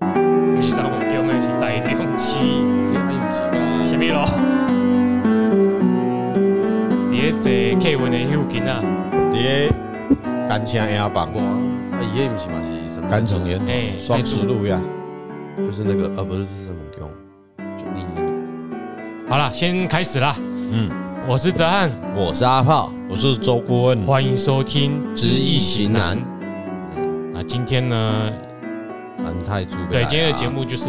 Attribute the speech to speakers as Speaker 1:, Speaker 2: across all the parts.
Speaker 1: 囡仔，
Speaker 2: 伫干城烟棒
Speaker 3: 我，啊，伊迄毋是嘛是什么？
Speaker 2: 干城烟
Speaker 1: 哎
Speaker 2: 棒，双十路呀，
Speaker 3: 就是那个啊，不是是什么用？就你，
Speaker 1: 好啦，先开始啦。
Speaker 2: 嗯，
Speaker 1: 我是泽汉，
Speaker 3: 我是阿炮，
Speaker 2: 我是周顾问，
Speaker 1: 欢迎收听《
Speaker 3: 知易行难，
Speaker 1: 那今天呢，
Speaker 3: 三太祖。
Speaker 1: 对今天的节，目就是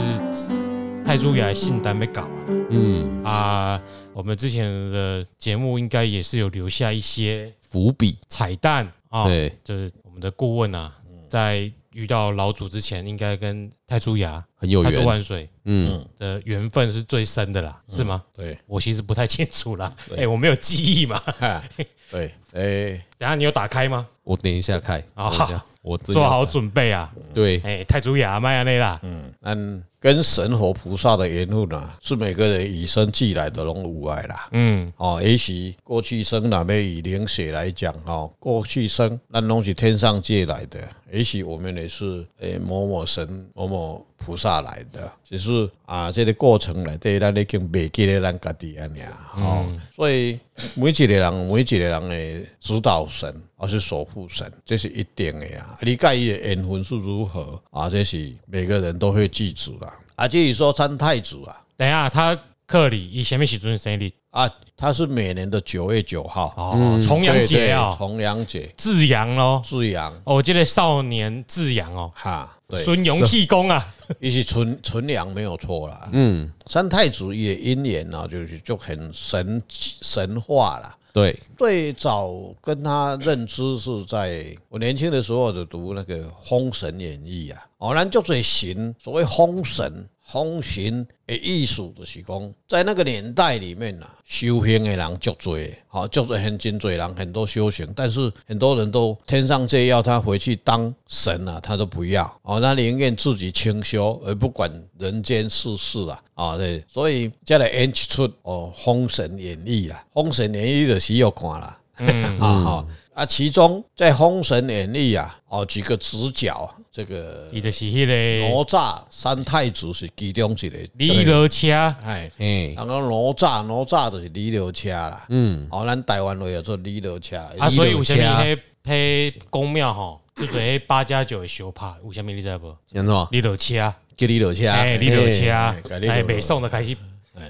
Speaker 1: 泰铢也信单被搞了
Speaker 3: 嗯，
Speaker 1: 啊。我们之前的节目应该也是有留下一些
Speaker 3: 伏笔，
Speaker 1: 彩蛋啊，
Speaker 3: 对，嗯
Speaker 1: 就是我们的顾问啊，在遇到老祖之前，应该跟泰铢牙、
Speaker 3: 很有
Speaker 1: 泰铢
Speaker 3: 缘。
Speaker 1: 万水
Speaker 3: 嗯，
Speaker 1: 的缘分是最深的啦，是吗？
Speaker 2: 对，
Speaker 1: 我其实不太清楚啦，
Speaker 2: 对
Speaker 1: 哎，我没有记忆嘛。
Speaker 2: 哈，对，哎，
Speaker 1: 等一下你有打开吗？
Speaker 3: 我等一下开
Speaker 1: 啊
Speaker 3: 等一下我自己
Speaker 1: 做好准备啊！
Speaker 3: 对，
Speaker 1: 哎，泰铢牙麦亚内啦，
Speaker 2: 嗯，嗯，跟神佛菩萨的缘分啊，是每个人与生俱来的拢有爱啦。
Speaker 1: 嗯，
Speaker 2: 哦，也许过去生哪边以灵血来讲，哦，过去生那东西天上借来的，也许我们也是诶、某某神、某某菩萨来的，只是啊，这个过程来对咱已经未记得咱家己安尼啊，哦，所以每一个人、每一个人的指导神，而是守护神，这是一定的啊。你介意的缘分是如何啊？这是每个人都会记住啦。啊，至于说三太子啊，
Speaker 1: 等一下他克里以前面喜尊生日
Speaker 2: 啊，他是每年的九月九号。
Speaker 1: 哦，重阳节
Speaker 2: 对
Speaker 1: 啊，
Speaker 2: 重阳节，
Speaker 1: 至阳喽，
Speaker 2: 志阳，
Speaker 1: 哦，我记得少年至阳哦，
Speaker 2: 哈，对，
Speaker 1: 孙荣 气功啊，
Speaker 2: 伊是纯纯阳没有错啦。嗯，三太子也因缘啊，就是就很神神话啦。
Speaker 3: 对，
Speaker 2: 最早跟他认知是在我年轻的时候就读那个《封神演义》啊，哦，咱就最神，所谓封神。封神的意思就是讲，在那个年代里面呐、啊，修行的人足多，好足多很真多人很多修行，但是很多人都天上界要他回去当神啊，他都不要哦，那宁愿自己清修，而不管人间世事啊。啊、对，所以再来演出哦，《封神演义》啦，《封神演义》就是要看啦， 啊哈啊，其中在《封神演义》啊，哦几个主角啊，这个
Speaker 1: 伊就是迄个
Speaker 2: 哪吒三太子是其中一个，
Speaker 1: 李罗车，
Speaker 2: 哎，
Speaker 3: 哎，
Speaker 2: 然后哪吒哪吒就是李刘车啦，嗯，哦，咱台湾话叫做李刘车，
Speaker 1: 啊，所以有啥物
Speaker 3: 李罗车
Speaker 1: 迄迄公庙吼，就是迄八加九的相拍，有啥物你知无？
Speaker 3: 讲什么？
Speaker 1: 李罗车，
Speaker 3: 给你落下，
Speaker 1: 哎，李罗车，
Speaker 2: 哎李罗
Speaker 1: 哎，北宋的开始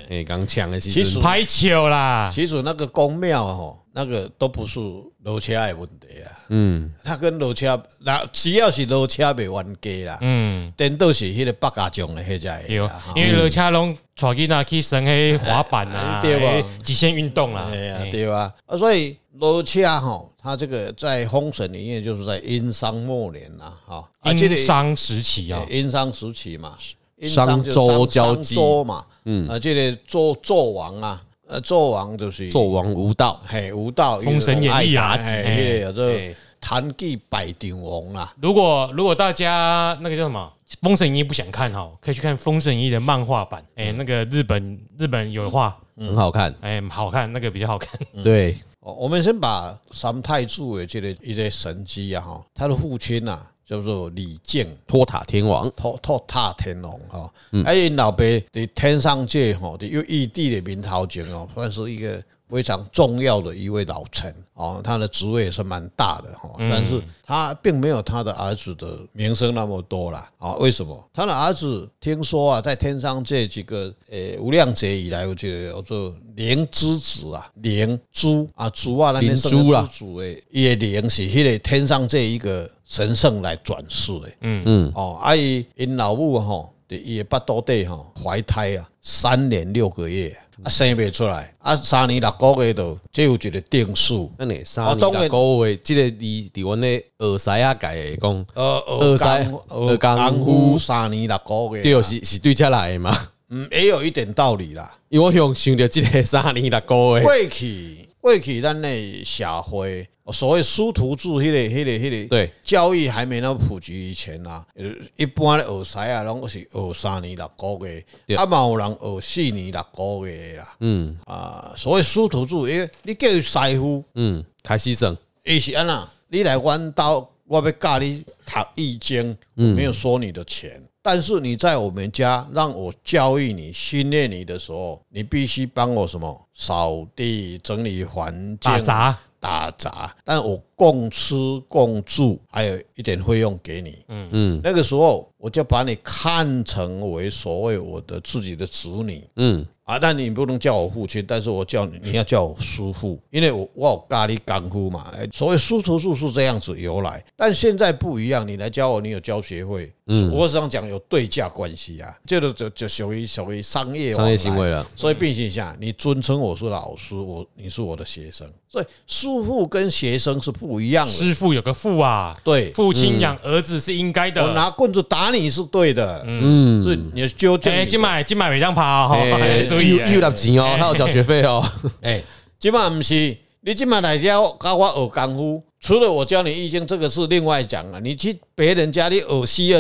Speaker 3: 哎，刚抢的
Speaker 2: 其
Speaker 3: 其
Speaker 2: 实
Speaker 3: 实
Speaker 1: 拍球啦，
Speaker 2: 其实那个公庙吼，那个都不是楼车的问题啊。嗯，它跟楼车，那只要是楼车袂冤家啦，
Speaker 1: 嗯，
Speaker 2: 颠倒是迄个北家将的迄只
Speaker 1: 对啊
Speaker 2: 的啦。，
Speaker 1: 因为罗车拢带囡仔去耍迄滑板啊，
Speaker 2: 对吧
Speaker 1: 迄极限运动啦，
Speaker 2: 哎呀
Speaker 1: 哎，
Speaker 2: 对吧？啊，所以楼车吼，它这个在封神里面就是在殷商末年呐，哈，啊这
Speaker 1: 殷
Speaker 2: 个哎
Speaker 1: 商时期啊，
Speaker 2: 殷商时期嘛，殷
Speaker 3: 商
Speaker 2: 就
Speaker 3: 周
Speaker 2: 商
Speaker 3: 交
Speaker 2: 商
Speaker 3: 际
Speaker 2: 周嘛，嗯，啊，这个周纣王啊，呃，纣王就是
Speaker 3: 纣王无道，
Speaker 2: 嘿，无道
Speaker 1: 封神演义啊
Speaker 2: 哎，
Speaker 1: 哎
Speaker 2: 迄个叫做
Speaker 1: 哎
Speaker 2: 谭记百丈王啊啦。
Speaker 1: 如果如果大家那个叫什么《封神演义》不想看哈，可以去看《封神演义》的漫画版。哎、
Speaker 2: 嗯
Speaker 1: 那个日本日本有画，
Speaker 3: 很好看。
Speaker 1: 哎、好看，那个比较好 看。
Speaker 3: 对，
Speaker 2: 哦，我们先把三太子的这个一些神迹啊，哈，他的父亲啊，叫做李靖，
Speaker 3: 托塔天王，
Speaker 2: 托托塔天龙哈，
Speaker 3: 嗯
Speaker 2: 哎、因老爸在天上界吼，在又异地的名头前哦，算是一个非常重要的一位老臣哦，他的职位也是蛮大的哈，但是他并没有他的儿子的名声那么多啦啊，为什么？他的儿子听说啊，在天上界几个诶、无量劫以来，我觉得叫做灵之子啊，灵珠啊，珠啊，那边
Speaker 3: 灵
Speaker 2: 生的
Speaker 3: 珠啦
Speaker 2: 主诶，伊的灵是迄个天上这一个神圣来转世的。嗯嗯，哦，啊伊因老母吼，伫伊的腹肚底吼怀胎啊，三年六个月啊生袂出来，啊三年六个月就这有一个定数。
Speaker 3: 那你三
Speaker 2: 哦当
Speaker 3: 年
Speaker 2: 然
Speaker 3: 六个月，即个你伫阮的耳塞啊界讲，
Speaker 2: 呃，
Speaker 3: 二三
Speaker 2: 二
Speaker 3: 二
Speaker 2: 干
Speaker 3: 干
Speaker 2: 夫三年六个月，
Speaker 3: 对，是是对遮来的嘛？
Speaker 2: 嗯，也有一点道理啦。
Speaker 3: 因为我想想着即个三年六个月，
Speaker 2: 过去过去咱的社会，所谓师徒制迄个、迄个、迄个，
Speaker 3: 对，
Speaker 2: 教育还没那么普及以前啊，呃一般咧学师啊，拢是学三年六个月，
Speaker 3: 对
Speaker 2: 啊，嘛有人学四年六个月啦。
Speaker 3: 嗯
Speaker 2: 啊，所谓师徒制，因为你叫伊师傅，
Speaker 3: 嗯，开始算，
Speaker 2: 伊是安那，你来阮兜，我要教你读易经，我没有收你的钱。但是你在我们家让我教育你、训练你的时候，你必须帮我什么扫地、整理环境、
Speaker 1: 打杂，
Speaker 2: 打杂，但我共吃共住，还有一点费用给你。嗯嗯，那个时候我就把你看成为所谓我的自己的子女。
Speaker 3: 嗯，
Speaker 2: 啊，但你不能叫我父亲，但是我叫你，你要叫我叔父，因为我我有咖喱干夫嘛。哎所谓师徒术是这样子由来，但现在不一样，你来教我，你有教学会，
Speaker 3: 嗯
Speaker 2: 我是想讲有对价关系啊，这个就就属于属于商业
Speaker 3: 商业
Speaker 2: 往
Speaker 3: 行
Speaker 2: 来
Speaker 3: 为了，
Speaker 2: 所以并行下，你尊称我是老师，我你是我的学生，所以师傅跟学生是不一样的。
Speaker 1: 师傅有个父啊，
Speaker 2: 嗯对，嗯哦
Speaker 1: 父亲养儿子是应该
Speaker 2: 我
Speaker 1: 的。哎
Speaker 2: 拿棍子打你是对的，
Speaker 3: 嗯，
Speaker 2: 所以你纠正
Speaker 1: 哎，
Speaker 2: 你。
Speaker 1: 今买今买没让爬哈，
Speaker 3: 哎，
Speaker 1: 哦注意啊
Speaker 3: 又又拿钱哦，他有缴学费哦，
Speaker 2: 哎，今晚不是，你今晚来教教我学功夫，除了我教你易经，这个是另外讲啊。你去别人家你学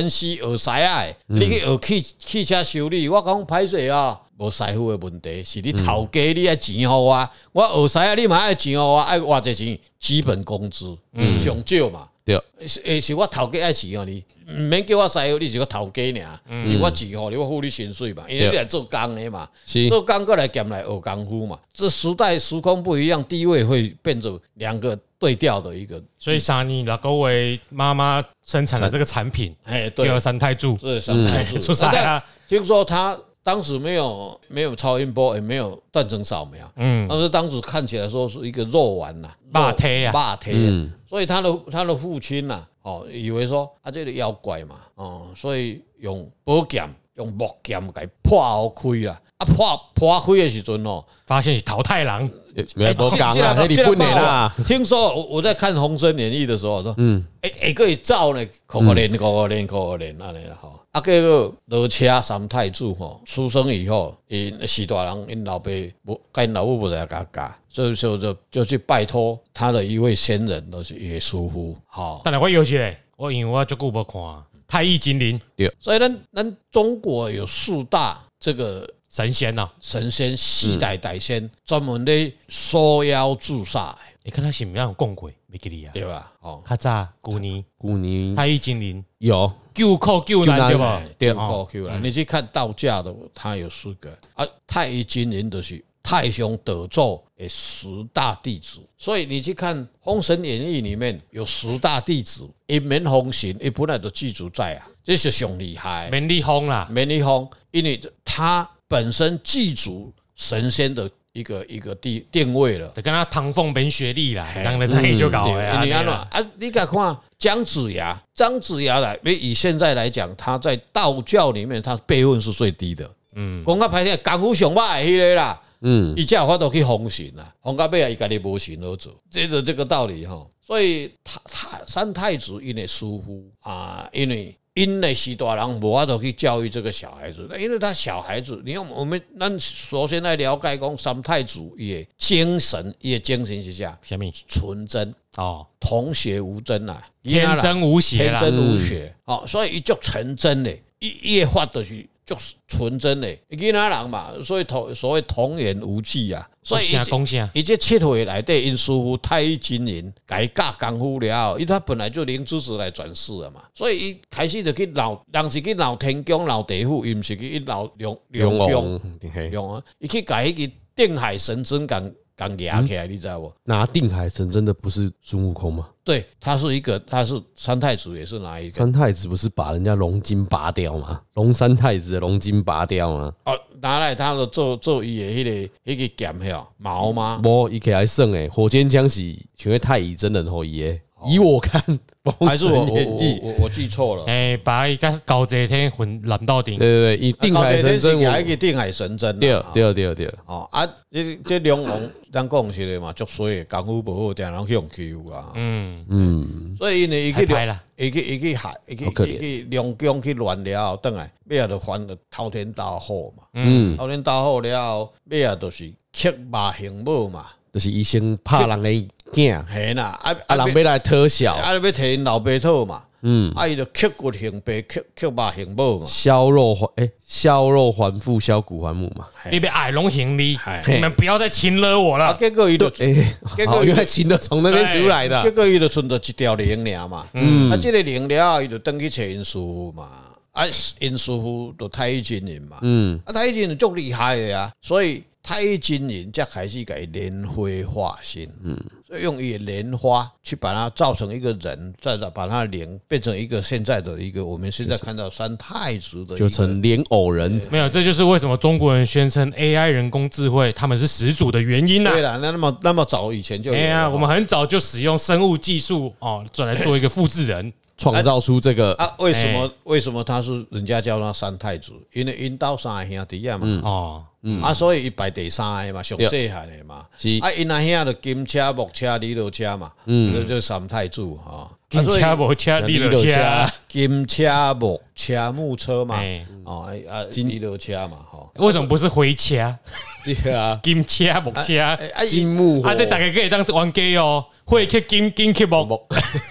Speaker 2: CNC 学啥啊？
Speaker 1: 嗯
Speaker 2: 你去学汽汽车修理，我讲歹势啊。无师傅的问题，是你头家你要钱给我，我学啥啊？你嘛要钱给我，爱偌济钱？基本工资，
Speaker 1: 嗯
Speaker 2: 上少嘛。
Speaker 3: 对，
Speaker 2: 是诶，是我头家爱饲哦你，毋免叫我师傅，你是我头家尔，因为我饲吼你，我付你薪水嘛，因
Speaker 3: 嗯
Speaker 2: 为
Speaker 3: 对
Speaker 2: 你来做工的嘛，
Speaker 3: 是
Speaker 2: 做工过来兼来学功夫嘛，这时代时空不一样，地位会变成两个对调的一个，
Speaker 1: 所以傻妮老各位妈妈生产的这个产品，
Speaker 2: 哎，对
Speaker 1: 第，二三胎柱
Speaker 2: 这三代
Speaker 1: 哎出啥呀？
Speaker 2: 啊听说他当时没有没有超音波，也没有断层扫描，嗯，但是当时看起来说是一个肉丸呐、
Speaker 1: 肉
Speaker 2: 肉
Speaker 1: 体啊
Speaker 2: 肉体啊，所以他的他的父亲呐、哦，以为说啊这个妖怪嘛，哦，所以用宝剑用木剑给破开啦，啊破破开的时阵哦，
Speaker 1: 发现是淘汰狼，
Speaker 3: 没
Speaker 2: 这
Speaker 3: 我讲
Speaker 2: 这
Speaker 3: 啊，那
Speaker 2: 个
Speaker 3: 你
Speaker 2: 这个
Speaker 3: 不能啦
Speaker 2: 肉，丸听说我我在看《红参演义》的时候，我说嗯，哎哎个走呢，可可怜可可怜可可怜安尼啦吼。啊，结果落车三太子吼，出生以后，因许大人因老爸无，跟因老母无在甲教，所以就就就去拜托他的一位先人，就是耶稣夫，吼。
Speaker 1: 当然我有起来，我因为我就顾不看《太乙金灵
Speaker 2: 所以咱咱中国有四大这个
Speaker 1: 神仙啊呐、
Speaker 2: 神仙，四大大仙专门咧收妖助煞的，
Speaker 1: 你看他是不是有讲过？没给你啊？
Speaker 2: 对吧？哦，
Speaker 1: 较早旧年
Speaker 3: 古尼
Speaker 1: 太乙金灵
Speaker 3: 有
Speaker 1: 救苦救难对吧？
Speaker 3: 对
Speaker 2: 对高哎 Q 啦，你去看道家的，它有四个啊，太乙金人就是太上德宙诶十大弟子，所以你去看《封神演义》里面有十大弟子，一门封神，一本来就祭祖在啊，这是上厉害的，
Speaker 1: 免你风啦，
Speaker 2: 免你封，因为他本身祭祖神仙的一个一个地定位了。
Speaker 1: 就跟他唐凤免学历啦，人的太乙就搞的啊
Speaker 2: 你安怎
Speaker 1: 啦。
Speaker 2: 啊？你敢看姜子牙？姜子牙来，以现在来讲，他在道教里面，他辈分是最低的。嗯，讲到歹听，功夫上歹迄个啦，
Speaker 3: 嗯，
Speaker 2: 伊才有法度去封神啦，封到尾啊，伊家己无神而走，这就这个道理吼。所以他他三太子因为疏忽啊，因为。因为许大人无法度去教育这个小孩子，因为他小孩子，你看我们咱首先来了解讲三太子也精神，也精神之下
Speaker 1: 什么？
Speaker 2: 纯真，
Speaker 1: 哦，
Speaker 2: 同学无争啊啦，
Speaker 1: 天真无邪
Speaker 2: 天
Speaker 1: 啦，哦嗯
Speaker 2: 真无邪，好、所以伊足纯真嘞，伊伊的法就是足纯真嘞，囡仔人嘛，所以同所谓童言无忌啊，所以伊
Speaker 1: 啥
Speaker 2: 这
Speaker 1: 讲啥？
Speaker 2: 伊这七岁内底因师傅太乙金人，改教功夫了，因为他本来就灵知识来转世了嘛，所以伊开始就去闹，人是去闹天宫、闹地府，伊毋是去闹龙
Speaker 3: 勇
Speaker 2: 龙宫、
Speaker 3: 王嘿
Speaker 2: 龙啊，伊去改迄个定海神针共共压起来，你知道无？
Speaker 3: 拿定海神针的不是孙悟空吗？
Speaker 2: 对，他是一个，他是三太子，也是哪一个？
Speaker 3: 三太子不是把人家龙筋拔掉吗？龙三太子的龙筋拔掉吗？
Speaker 2: 哦，拿来他的做做伊的迄、个迄、个剑遐毛吗？
Speaker 3: 无伊起来算诶，火箭枪是全为太乙真人后伊诶。以我 看，
Speaker 2: 哦还是我
Speaker 3: 封神
Speaker 2: 我
Speaker 3: 演
Speaker 2: 我
Speaker 3: 义
Speaker 2: 我我记错了？
Speaker 1: 哎，把伊甲高这天混揽到顶，
Speaker 3: 对对对，以定海神针
Speaker 2: 啊到底你是拿
Speaker 3: 我
Speaker 2: 一个定海神针、啊，
Speaker 3: 对对对对，
Speaker 2: 哦啊，这这龙王咱讲是的嘛，足水的功夫不好，定人去用欺负啊。
Speaker 1: 嗯，
Speaker 3: 嗯，
Speaker 2: 所以呢，伊去
Speaker 1: 太歹啦
Speaker 2: 伊去伊去海，伊去
Speaker 3: 好可
Speaker 2: 伊去龙宫去乱了，等来尾啊就翻了滔天大祸嘛。
Speaker 3: 嗯，
Speaker 2: 滔天大祸了，尾啊就是刻马行母嘛，
Speaker 3: 就是医生怕人诶惊，
Speaker 2: 嘿啦，啊
Speaker 3: 啊人要来偷笑，
Speaker 2: 啊，你要摕因老爸讨嘛，
Speaker 3: 嗯，
Speaker 2: 啊，伊就刻骨行爸，刻刻肉行母嘛，
Speaker 3: 削肉还诶，削肉还父，削骨还母嘛。
Speaker 1: 你别矮龙行李，
Speaker 2: 哎
Speaker 1: 你们不要再亲了我
Speaker 2: 啊，
Speaker 1: 了。
Speaker 2: 结果伊就
Speaker 3: 诶，
Speaker 2: 结果
Speaker 3: 好，原来秦的从那边出来
Speaker 2: 结
Speaker 3: 的，
Speaker 2: 果伊就剩着一条龙尔嘛，嗯，啊，即个龙了后，伊就登去找因师傅嘛，啊，因师傅就太乙真人嘛，
Speaker 3: 嗯，
Speaker 2: 啊，太乙真人足厉害的啊，所以太真人才开始给莲花化身，嗯，所以用一莲花去把它造成一个人，再把它灵变成一个现在的一个我们现在看到三太子的一
Speaker 3: 就
Speaker 2: 个
Speaker 3: 成莲藕人，
Speaker 1: 没有，这就是为什么中国人宣称 AI 人工智慧他们是始祖的原因呐、
Speaker 2: 对了，那那么那么早以前就有
Speaker 1: 哎呀，
Speaker 2: 了
Speaker 1: 我们很早就使用生物技术哦，转来做一个复制人。
Speaker 3: 创造出这个
Speaker 2: 啊，为什么为什么他是人家叫他三太子？因为因到三个兄弟啊嘛，
Speaker 1: 哦，
Speaker 2: 啊，所以伊排第三个嘛，上细汉的嘛
Speaker 3: 是，
Speaker 2: 啊，因阿兄就金车、木车、李落车嘛，嗯，就三太子哈，啊
Speaker 1: 金
Speaker 2: 所以
Speaker 1: 掐不掐，力了掐。
Speaker 2: 金车、木车、木车嘛
Speaker 1: 哎，
Speaker 2: 哦，啊啊，李落车嘛，吼，
Speaker 1: 为什么不是回掐？
Speaker 3: 对啊，
Speaker 1: 金掐木掐
Speaker 2: 哎啊，
Speaker 3: 金木火
Speaker 1: 啊，这大概可以当玩家哦，会去金金去木。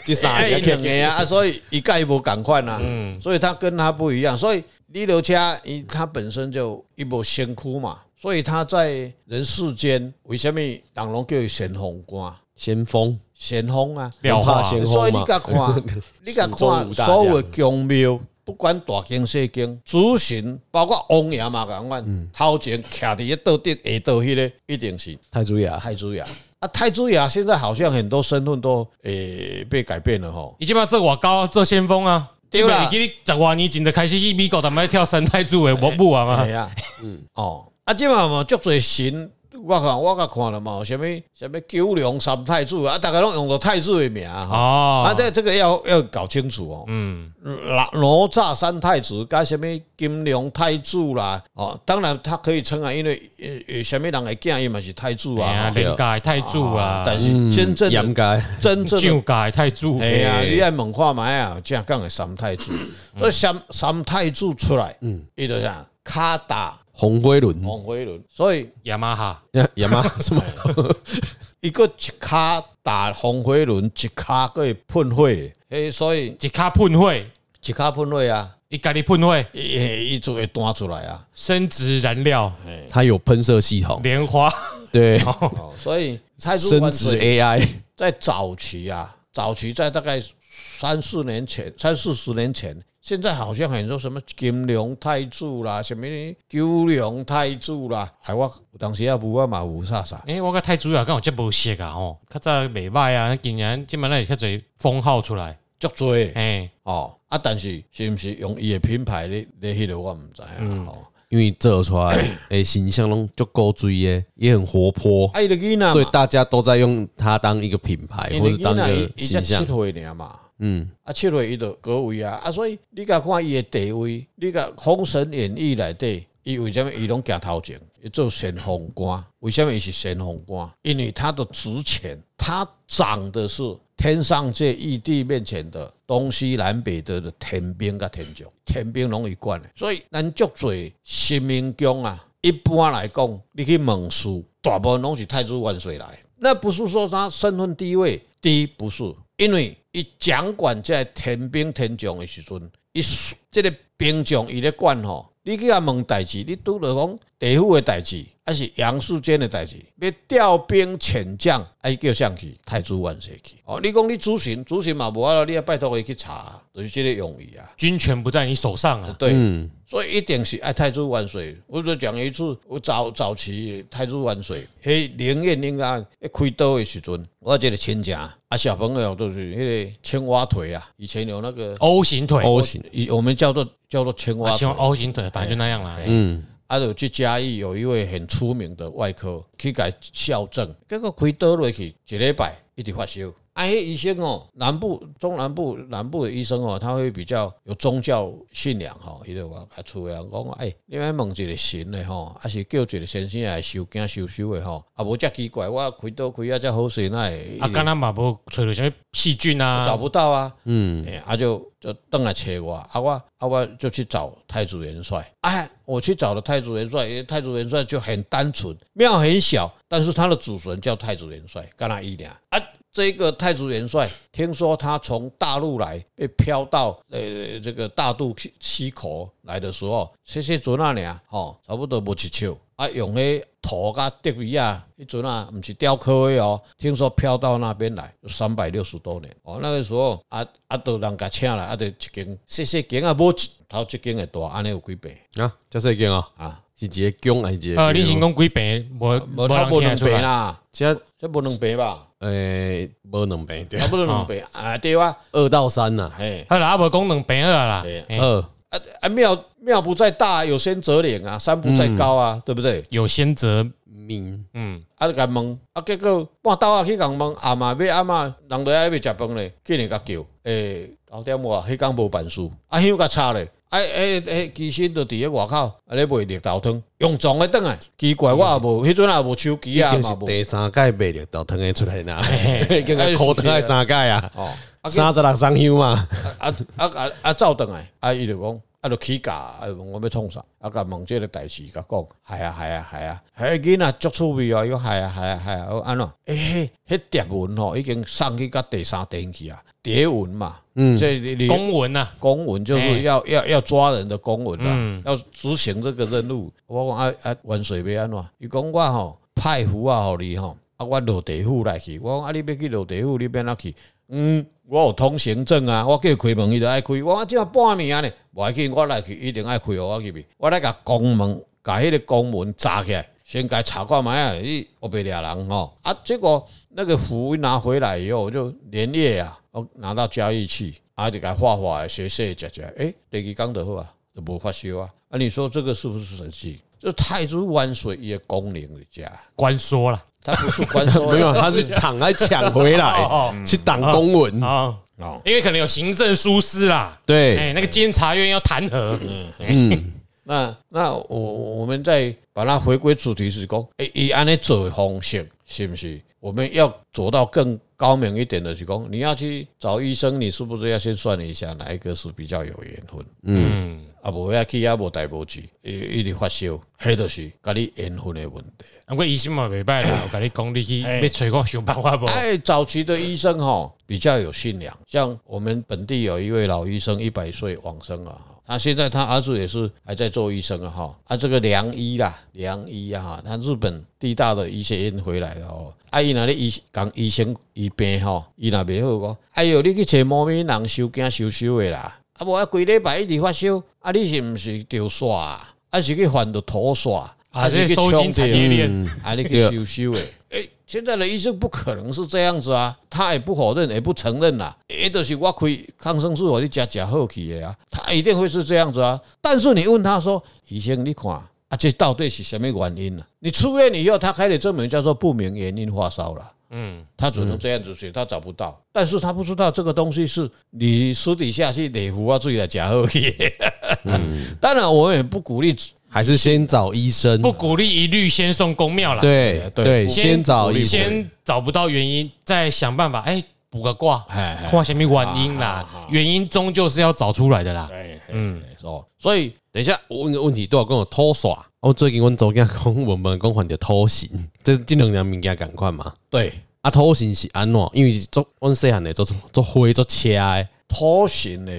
Speaker 3: 这
Speaker 2: 啊，
Speaker 3: 三
Speaker 2: 伊两
Speaker 3: 个
Speaker 2: 个啊，啊所以一概无共款啊，所以他跟他不一样，啊所以李留家
Speaker 3: 嗯
Speaker 2: 伊他本身就一无仙躯嘛，所以他在人世间为什么人拢叫伊神风官、
Speaker 3: 先锋，
Speaker 2: 神风啊？
Speaker 1: 廖化
Speaker 3: 怕先
Speaker 2: 所
Speaker 3: 锋
Speaker 2: 以你
Speaker 3: 嘛，
Speaker 2: 甲看，你甲
Speaker 3: 蜀中
Speaker 2: 看
Speaker 3: 五大
Speaker 2: 所有的宫庙，不管大经小经，主神包括王爷嘛，共
Speaker 3: 嗯
Speaker 2: 款头前徛伫一桌顶下桌迄个，一定是
Speaker 3: 太祖爷，
Speaker 2: 太子爷。啊，太子爷现在好像很多身份都诶、被改变了吼。
Speaker 1: 你基本上这我高做先锋啊，
Speaker 2: 对
Speaker 1: 因为
Speaker 2: 啦
Speaker 1: 你今天十多年前就开始去美国他们跳三太子的舞舞啊嘛
Speaker 2: 哎。呀，嗯，哦，啊，即嘛嘛足侪神，我看我甲看了嘛，有啥物啥物九龙三太子啊，大家拢用着太子的名吼。
Speaker 1: 哦，
Speaker 2: 啊，这这个要要搞清楚哦。
Speaker 1: 嗯，
Speaker 2: 哪哪吒三太子加什么金龙太子啦，哦，当然他可以称啊，因为呃呃，什么人的囝伊嘛是太子
Speaker 1: 哎呀，
Speaker 2: 啊，哦
Speaker 1: 连家的太子啊，
Speaker 2: 但是真正的
Speaker 3: 掩盖
Speaker 2: 真正的
Speaker 1: 旧家的太子，
Speaker 2: 哎呀，你爱问看卖啊，正讲的三太子，所以三三太子出来，嗯，伊就啥卡达
Speaker 3: 红辉轮，
Speaker 2: 黄飞轮，嗯所以
Speaker 1: 雅马哈，
Speaker 3: 亚妈什 么？
Speaker 2: 伊个一卡打黄飞轮，一卡会喷火，嘿，所以
Speaker 1: 一卡喷火，
Speaker 2: 一卡喷火啊，
Speaker 1: 伊家己喷火，
Speaker 2: 伊伊伊就会弹出来啊，
Speaker 1: 生殖燃料，
Speaker 3: 它有喷射系统，
Speaker 1: 莲花，
Speaker 3: 对，
Speaker 2: 哦，所以太子
Speaker 3: 升
Speaker 2: 万
Speaker 3: 值
Speaker 2: 岁
Speaker 3: AI，
Speaker 2: 在早期啊，早期在大概三四年前、三四十年前，现在好像很多什么金龙太子啦，什么九龙太子啦，哎，我有当时也无我嘛无啥啥，
Speaker 1: 诶，我甲太子啊，敢有遮无熟啊吼，较早袂歹啊，今年即满咱较侪封号出来，欸
Speaker 2: 足多的
Speaker 1: 诶，
Speaker 2: 哦啊，但是是毋是用伊的品牌咧咧迄个我毋知影哦，
Speaker 3: 因为做出 来诶形象拢足够追的，也很活泼，
Speaker 2: 啊，伊的囡仔
Speaker 3: 所以
Speaker 2: 嘛，
Speaker 3: 大家都在用它当一个品牌
Speaker 2: 因
Speaker 3: 或
Speaker 2: 为啊
Speaker 3: 者当
Speaker 2: 囡仔
Speaker 3: 一
Speaker 2: 伊
Speaker 3: 个
Speaker 2: 伊才
Speaker 3: 形
Speaker 2: 七
Speaker 3: 象，
Speaker 2: 岁尔嘛。
Speaker 3: 嗯，
Speaker 2: 啊，七岁伊就高位啊，啊，所以你甲看伊的地位，你甲《封神演义》内底，伊为什么伊拢行头前？伊做先锋官，为什么伊是先锋官？因为他的职权，他长的是天上界异地面前的东西南北的天兵甲天将，天兵拢一贯的，所以咱足侪新民宫啊，一般来讲，你去问事，大部分拢是太子万岁来的。那不是说他身份地位低，不是，因为伊掌管在天兵天将的时阵，伊这个兵将伊咧管吼。你去甲问代志，你拄着讲地府的代志，还是杨世间的代志，要调兵遣将，哎叫上去太子万岁去。哦，你讲你主神，主神嘛无法度，你要拜托伊去查，就是这个用意啊。
Speaker 1: 军权不在你手上啊，
Speaker 2: 对，
Speaker 3: 嗯，
Speaker 2: 所以一定是爱太子万岁。我就讲一次，我早早期太子万岁，迄灵验应该一啊开刀的时阵，我这个亲戚啊，小朋友都是迄个青蛙腿啊，以前有那个，
Speaker 1: ，O 型腿，
Speaker 3: O 型，
Speaker 2: 以我们叫做叫做青蛙
Speaker 1: 啊，欸
Speaker 2: 腿
Speaker 1: 像。O 型腿，反正就那样啦，诶
Speaker 3: 嗯，
Speaker 2: 啊，就去嘉义有一位很出名的外科去改校正，结果开刀落去一礼拜一直发烧。啊，迄医生哦，南部中南部南部的医生哦，他会比较有宗教信仰吼，伊就话啊厝的人讲，哎、你要问一个神的吼，啊是叫一个先生来收惊收收的吼，啊无遮奇怪，我开刀开啊遮好势那会
Speaker 1: 啊，敢若嘛无找着什么细菌啊，
Speaker 2: 找不到啊，
Speaker 3: 嗯，
Speaker 2: 欸啊就就等来找我，啊我啊我就去找太子元帅，哎，我去找了太子元帅，因为太子元帅就很单纯，庙很小，但是他的祖神叫太子元帅，干他一俩啊。这个太子元帅听说他从大陆来，被飘到呃这个大肚西西口来的时候，这些船啊俩吼，差不多无一尺啊，用迄土甲德米啊，迄阵啊，毋是雕刻的哦，听说飘到那边来，三百六十多年哦。那个时候啊啊，都人家请来，啊，就一间细细间啊，无一头一间的大，安尼有几倍
Speaker 3: 啊，叫谁讲啊？
Speaker 2: 啊？
Speaker 3: 是一个宫还是一个？
Speaker 1: 呃，你是讲几病，无
Speaker 2: 无
Speaker 1: 无
Speaker 2: 差
Speaker 1: 人
Speaker 2: 不
Speaker 1: 听得
Speaker 2: 多两
Speaker 1: 出
Speaker 2: 病
Speaker 1: 来。
Speaker 2: 啦，
Speaker 3: 这
Speaker 2: 这无两病吧，
Speaker 3: 诶，无两病，对
Speaker 2: 差，不多两病啊，对啊，
Speaker 3: 二到三呐，
Speaker 2: 嘿，
Speaker 1: 好啦，啊无讲两病二啦欸
Speaker 2: 对，
Speaker 1: 嘿
Speaker 3: 二
Speaker 2: 啊啊庙庙不在大，有仙则灵啊，山不在高
Speaker 1: 嗯
Speaker 2: 啊，对不对？
Speaker 1: 有先则
Speaker 3: 命，
Speaker 1: 嗯，
Speaker 2: 啊，你甲问，啊，结果半道啊去共问阿妈要阿妈，人在遐要食饭咧，竟然甲叫，诶、九点外，迄工无办事，啊，香甲吵咧，啊，诶、诶、其实就伫咧外口，啊咧卖绿豆汤，用撞诶转来，奇怪，我也无，迄阵也无手机啊，
Speaker 3: 已经嗯
Speaker 2: 嘛哎
Speaker 3: 是
Speaker 2: 无，
Speaker 3: 第三届卖了，倒腾的出来啦，
Speaker 1: 嘿
Speaker 3: 更加苦等的三届啊，
Speaker 2: 哦，啊
Speaker 3: 三十六双休嘛，
Speaker 2: 啊啊啊啊，走转来，啊，伊就讲。啊，就起价，啊，问我要创啥？啊，甲问即个代志，甲讲，系啊，系啊，系啊，迄囡仔足趣味哦，伊讲系啊，系啊，系啊，我安怎？诶，迄蝶文吼，已经送去甲第三殿去啊，蝶文嘛，嗯，所以你你
Speaker 1: 公文啊，
Speaker 2: 公文就是
Speaker 1: 嘿
Speaker 2: 要要要抓人的公文啦，要执行这个任务。我讲啊啊，温水要安怎？伊讲我吼派符啊，互你吼，啊我落地府来去。我讲啊，你要去落地府，你要哪去？嗯，我有通行证啊，我叫伊开门，伊就爱开。我即嘛半暝啊呢，无要紧，我来去一定爱开互我去咪。我来甲公门，甲迄个公门砸起来，先甲查看卖啊，你我被掠人吼。啊，结果那个符拿回来以后，我就连夜啊，我拿到嘉义去，啊就甲画画，写写食食，诶、第二工就好啊，就无发烧啊。啊，你说这个是不是神奇？这太子万岁伊的功能在遮，
Speaker 1: 官说啦，
Speaker 2: 他不是官说 的，
Speaker 3: 没有，他是躺来抢回
Speaker 1: 哦
Speaker 3: 来，去挡公文，
Speaker 1: 啊，
Speaker 2: 哦。
Speaker 1: 因为可能有行政疏失啦，
Speaker 3: 对，
Speaker 1: 哎，那个监察院要弹劾，哎
Speaker 3: 嗯，
Speaker 2: 那那我我们再把它回归主题是讲，诶，以安尼做的方式是不是？我们要做到更高明一点的是讲，你要去找医生，你是不是要先算一下哪一个是比较有缘分？
Speaker 1: 嗯，
Speaker 2: 啊，无要去啊，无代无志，一一直发烧，迄就是甲你缘分的问题。
Speaker 1: 不过医生嘛袂歹啦，我跟你讲，你去
Speaker 3: 哎
Speaker 1: 要找我想办法不？
Speaker 2: 哎，早期的医生哈比较有信仰，像我们本地有一位老医生，一百岁往生了哈。他现在他儿子也是还在做医生啊哈，啊这个良医啦，良医啊哈，他日本地大的医学院回来的哦，啊伊那咧医讲医生医病吼，伊若袂好讲，哎哟你去找毛病人收惊收收的啦，啊无啊规礼拜一直发烧，啊你是毋是着痧啊？啊是去犯着土痧？
Speaker 1: 啊，
Speaker 2: 是
Speaker 1: 这
Speaker 2: 去
Speaker 1: 收金
Speaker 2: 冲
Speaker 1: 产
Speaker 2: 着
Speaker 1: 业链，
Speaker 2: 啊，你去修修诶。诶，现在的医生不可能是这样子啊，他也不否认，也不承认啦。诶，就是我开抗生素，我你吃吃好去的啊，他一定会是这样子啊。但是你问他说，医生，你看啊，这到底是什么原因呢、啊？你出院以后，他开的证明叫做不明原因发烧了。
Speaker 1: 嗯，
Speaker 2: 他只能这样子写，他找不到，但是他不知道这个东西是你私底下去内服啊，自己来吃好去的。 当然，我们也不鼓励
Speaker 3: 还是先找医生，
Speaker 1: 不鼓励一律先送公庙啦，
Speaker 3: 对
Speaker 2: 对
Speaker 3: 对，
Speaker 2: 不
Speaker 3: 先找医生，
Speaker 1: 先找不到原因，再想办法，哎，补个卦，
Speaker 2: 哎哎
Speaker 1: 看什么原因啦，
Speaker 3: 啊
Speaker 1: 原因终究是要找出来的啦，
Speaker 2: 嗯哦，所以
Speaker 3: 等一下，我问个问题，都要跟我偷耍。
Speaker 1: 嗯
Speaker 3: 我最近阮昨囝讲，我们讲还着偷行， 这这两样物件共款嘛。
Speaker 2: 对。
Speaker 3: 啊，偷行是安怎？因为是做阮细汉的做做灰做车的，
Speaker 2: 拖行呢，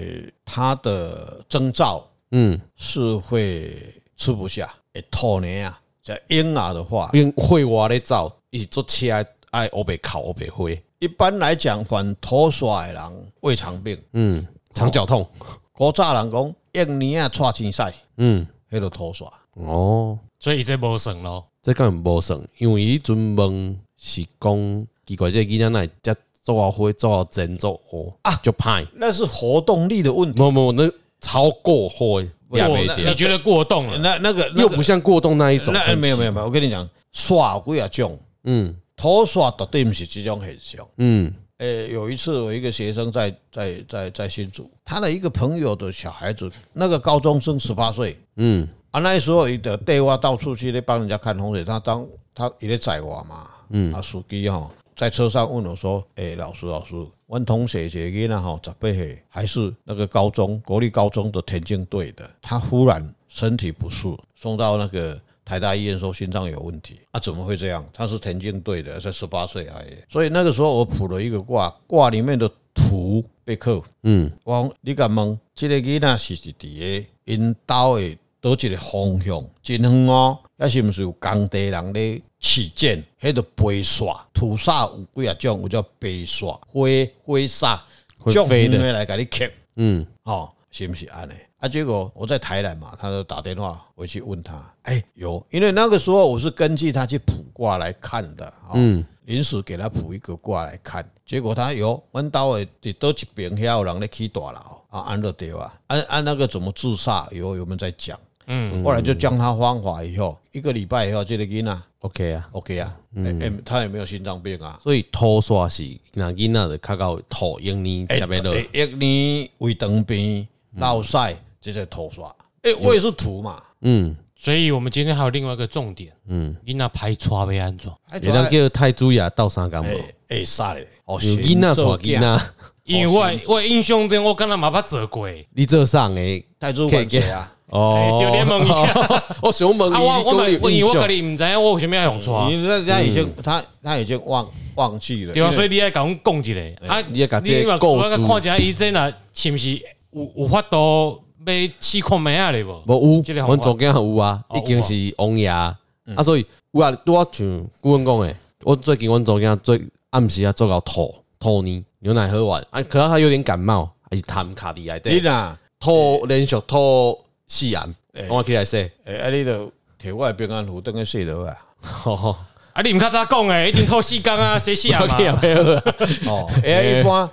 Speaker 2: 它的征兆
Speaker 3: 嗯，
Speaker 2: 是会吃不下，会吐呢啊。在婴儿的话，
Speaker 3: 因为会活咧走，伊是做车的，爱乌白哭乌白灰，
Speaker 2: 一般来讲，犯吐痧的人胃肠病，
Speaker 1: 哦
Speaker 3: 嗯，肠绞痛，
Speaker 2: 古早人讲婴年啊岔青塞，
Speaker 3: 嗯，
Speaker 2: 迄就吐痧。
Speaker 3: 哦，
Speaker 1: 所以这无算咯。
Speaker 3: 这敢无算，因为伊阵问是讲奇怪，这个囡仔哪会遮做啊灰做啊真做哦啊，就歹，
Speaker 2: 那是活动力的问题，
Speaker 3: 无无那超过灰也
Speaker 1: 过
Speaker 3: 袂
Speaker 1: 那
Speaker 3: 掉
Speaker 1: 你，觉得过动
Speaker 3: 嗯
Speaker 1: 了？
Speaker 2: 那那个那
Speaker 3: 又
Speaker 2: 个
Speaker 3: 不像过冬那一种，
Speaker 2: 那没有没有没有，我跟你讲，痧有几啊种，
Speaker 3: 嗯
Speaker 2: 吐痧绝对不是这种现象。
Speaker 3: 嗯
Speaker 2: 诶、呃有一次我一个学生在在在在新竹，他的一个朋友的小孩子，那个高中生十八岁，
Speaker 3: 嗯
Speaker 2: 啊，那时候伊就带我到处去咧帮人家看风水，他当他伊咧载我嘛，嗯，啊，司机吼在车上问我说，诶、老师老师，阮同学一个囡仔吼十八岁，还是那个高中国立高中的田径队的，他忽然身体不适，送到那个。台大医院说心脏有问题啊，怎么会这样？他是田径队的，才十八岁而已。所以那个时候我卜了一个卦，卦里面的土被克，
Speaker 3: 嗯
Speaker 2: 我讲你敢问，即、个囡仔是是伫个因兜的倒一个方向，真远哦，抑是毋是有工地人咧起建，迄个飞沙土沙有几啊种，有叫飞沙灰灰沙，
Speaker 3: 会飞的
Speaker 2: 种远来甲你刻，
Speaker 3: 嗯，
Speaker 2: 哦吼、是毋是安尼？啊，结果我在台南嘛，他就打电话回去问他，哎、有，因为那个时候我是根据他去卜卦来看的，哦、嗯，临时给他卜一个卦来看，结果他有，阮兜的伫倒一边遐有人咧起大楼，啊，安乐对啊，按按那个怎么自杀，有有没有在讲？嗯，后来就教他方法以后，一个礼拜以后，这个囡仔
Speaker 3: OK 啊，
Speaker 2: OK 啊，嗯、欸他也没有心脏病啊，
Speaker 3: 所以土煞是那囡仔的较到土英呢，
Speaker 2: 哎
Speaker 3: 食袂落，
Speaker 2: 一年胃肠病、闹塞，这些头刷。哎，我也是土嘛，
Speaker 3: 嗯，
Speaker 1: 所以我们今天还有另外一个重点，嗯，你那拍抓被安
Speaker 3: 哦
Speaker 1: 装，
Speaker 2: 哎
Speaker 3: 会当叫太子爷斗相共无？
Speaker 2: 哎哎杀嘞，哦，
Speaker 3: 有囡仔带囡仔，
Speaker 1: 因为我我印象中我刚才嘛捌做过，
Speaker 3: 你做上诶
Speaker 2: 太子万岁啊！
Speaker 3: 哦
Speaker 1: 哎，就联盟一样
Speaker 3: 我想问你，
Speaker 1: 啊，我我
Speaker 3: 你
Speaker 1: 嘛
Speaker 3: 讲
Speaker 1: 我
Speaker 3: 你
Speaker 1: 以
Speaker 3: 有
Speaker 1: 我家
Speaker 3: 印象？
Speaker 1: 己唔知影我为什么要用啊抓，
Speaker 2: 你那他已经他他已经忘忘记了，
Speaker 1: 哦对啊，所
Speaker 2: 以
Speaker 1: 以你爱甲阮讲一下啊，
Speaker 3: 哎你要甲这个
Speaker 1: 你嘛
Speaker 3: 故事
Speaker 1: 我看一下伊这若是毋是有有法度要试看咩啊嘞无？
Speaker 3: 无有
Speaker 1: 这个，方法
Speaker 3: 阮总监也有啊，
Speaker 1: 哦嗯
Speaker 3: 已经是王爷啊，啊所以有啊，拄啊像顾问讲诶，我最近阮总监最暗时啊做到吐吐呢，牛奶喝完啊，可能他有点感冒，还是痰卡伫内底，
Speaker 2: 你呐，
Speaker 3: 吐连续吐四暗，我起来说，
Speaker 2: 哎，啊你就摕我的平安符等去洗落啊。
Speaker 3: 吼吼，
Speaker 1: 啊，你毋较早讲诶，一定透四工啊，谁死啊
Speaker 3: 我
Speaker 1: 嘛
Speaker 3: 起？来配合，
Speaker 2: 哦，哎，一般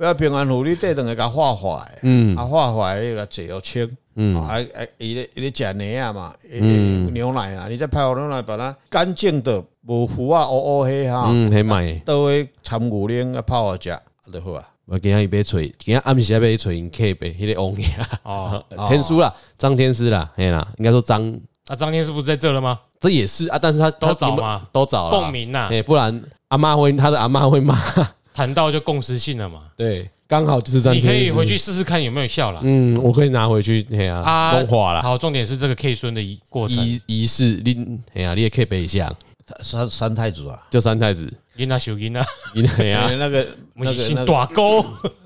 Speaker 2: 要平安符你缀等下甲化化的，嗯，啊化化迄个坐要清，嗯，啊啊伊咧伊咧食奶啊嘛，嗯，牛奶啊，你再泡牛奶把它干净的，无糊啊乌乌黑哈，
Speaker 3: 嗯，很买，
Speaker 2: 倒去掺牛奶啊泡啊食，啊就好啊。
Speaker 3: 我今仔伊要找，今仔暗时啊要去找因客呗，迄个王爷啊
Speaker 1: 哦，
Speaker 3: 天书啦，张天师啦，嘿啦，应该说张。
Speaker 1: 啊，张天师不是在这了吗？
Speaker 3: 这也是啊，但是他
Speaker 1: 都
Speaker 3: 他
Speaker 1: 找
Speaker 3: 你们
Speaker 1: 吗
Speaker 3: 都找了啊
Speaker 1: 共鸣呐
Speaker 3: 哎，不然阿妈会他的阿妈会骂。
Speaker 1: 谈到就共识性了嘛，
Speaker 3: 对，刚好就是张
Speaker 1: 你
Speaker 3: 天
Speaker 1: 可
Speaker 3: 师
Speaker 1: 以回去，试试看有没有效啦。
Speaker 3: 嗯，我可以拿回去，嘿啊，
Speaker 1: 啊
Speaker 3: 风化啦，
Speaker 1: 好，重点是这个 K 孙的一过程，
Speaker 3: 仪仪式，你嘿啊，你也可以背一下，
Speaker 2: 三三太子啊，
Speaker 3: 就三太子，
Speaker 1: 因啊小因啊，
Speaker 3: 你嘿啊，
Speaker 2: 那个
Speaker 1: 我
Speaker 2: 那
Speaker 1: 们
Speaker 2: 个
Speaker 1: 姓
Speaker 2: 那个
Speaker 1: 大沟，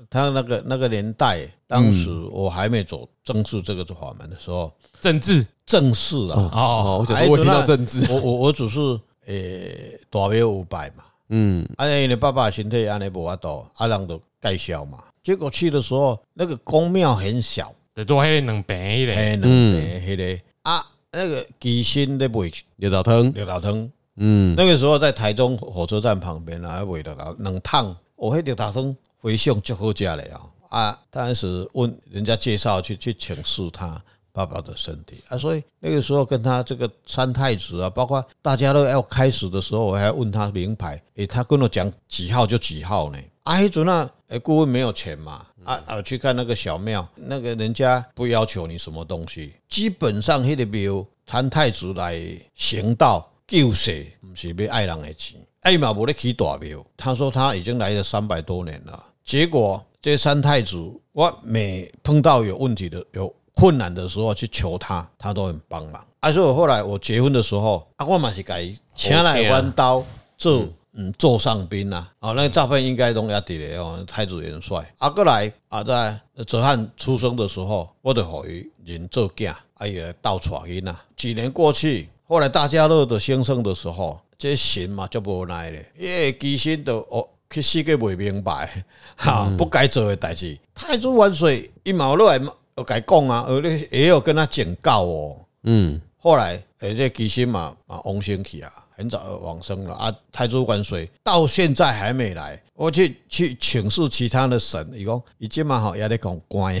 Speaker 2: 他那个那个年代，
Speaker 3: 嗯
Speaker 2: 当时我还没走正式这个法门的时候，
Speaker 1: 政治
Speaker 2: 正式 啊，
Speaker 1: 哦，
Speaker 3: 哦，我想
Speaker 2: 哎
Speaker 3: 说我听到
Speaker 2: 那
Speaker 3: 政治，
Speaker 2: 我我我只是诶、大约五百嘛，
Speaker 3: 嗯，
Speaker 2: 啊，因为你爸爸身体安尼无法度，啊，人就介绍嘛。结果去的时候，那个宫庙很小，
Speaker 1: 得多黑能白嘞，
Speaker 2: 哎，两
Speaker 3: 嗯
Speaker 2: 边迄个啊，那个鸡心在卖
Speaker 3: 刘道腾，
Speaker 2: 绿豆汤，
Speaker 3: 嗯，
Speaker 2: 那个时候在台中火车站旁边啊，卖绿豆两桶，我迄绿豆汤回想就好食嘞啊！啊，当时问人家介绍去去请示他爸爸的身体啊，所以那个时候跟他这个三太子啊，包括大家都要开始的时候，我还问他名牌，诶、他跟我讲几号就几号呢？啊，迄阵啊，诶，顾问没有钱嘛，啊啊，去看那个小庙，那个人家不要求你什么东西，基本上迄个庙三太子来行道救世，不是要爱人的钱，爱嘛无咧起大庙。他说他已经来了三百多年了，结果这三太子，我每碰到有问题的、有困难的时候去求他，他都很帮忙。啊，所以我后来我结婚的时候，啊，我嘛是改请来弯刀做。嗯，座上宾啊，哦，那个照片应该拢也伫咧哦，太子元帅。啊，过来啊，在泽汉出生的时候，我就互伊人做囝，啊，伊来倒带囡仔。几年过去，后来大家乐的先生的时候，这神嘛就无奈咧，因为机身都哦去世界袂明白， 哈、不该做的代志。太子万岁，伊嘛有落来有甲伊讲啊，而咧也有跟他警告哦。
Speaker 3: 嗯，
Speaker 2: 后来，诶、这吉星嘛啊，往生去啊，很早就往生了啊。太祖万岁到现在还没来，我去去请示其他的神，伊讲伊即嘛吼也咧讲乖，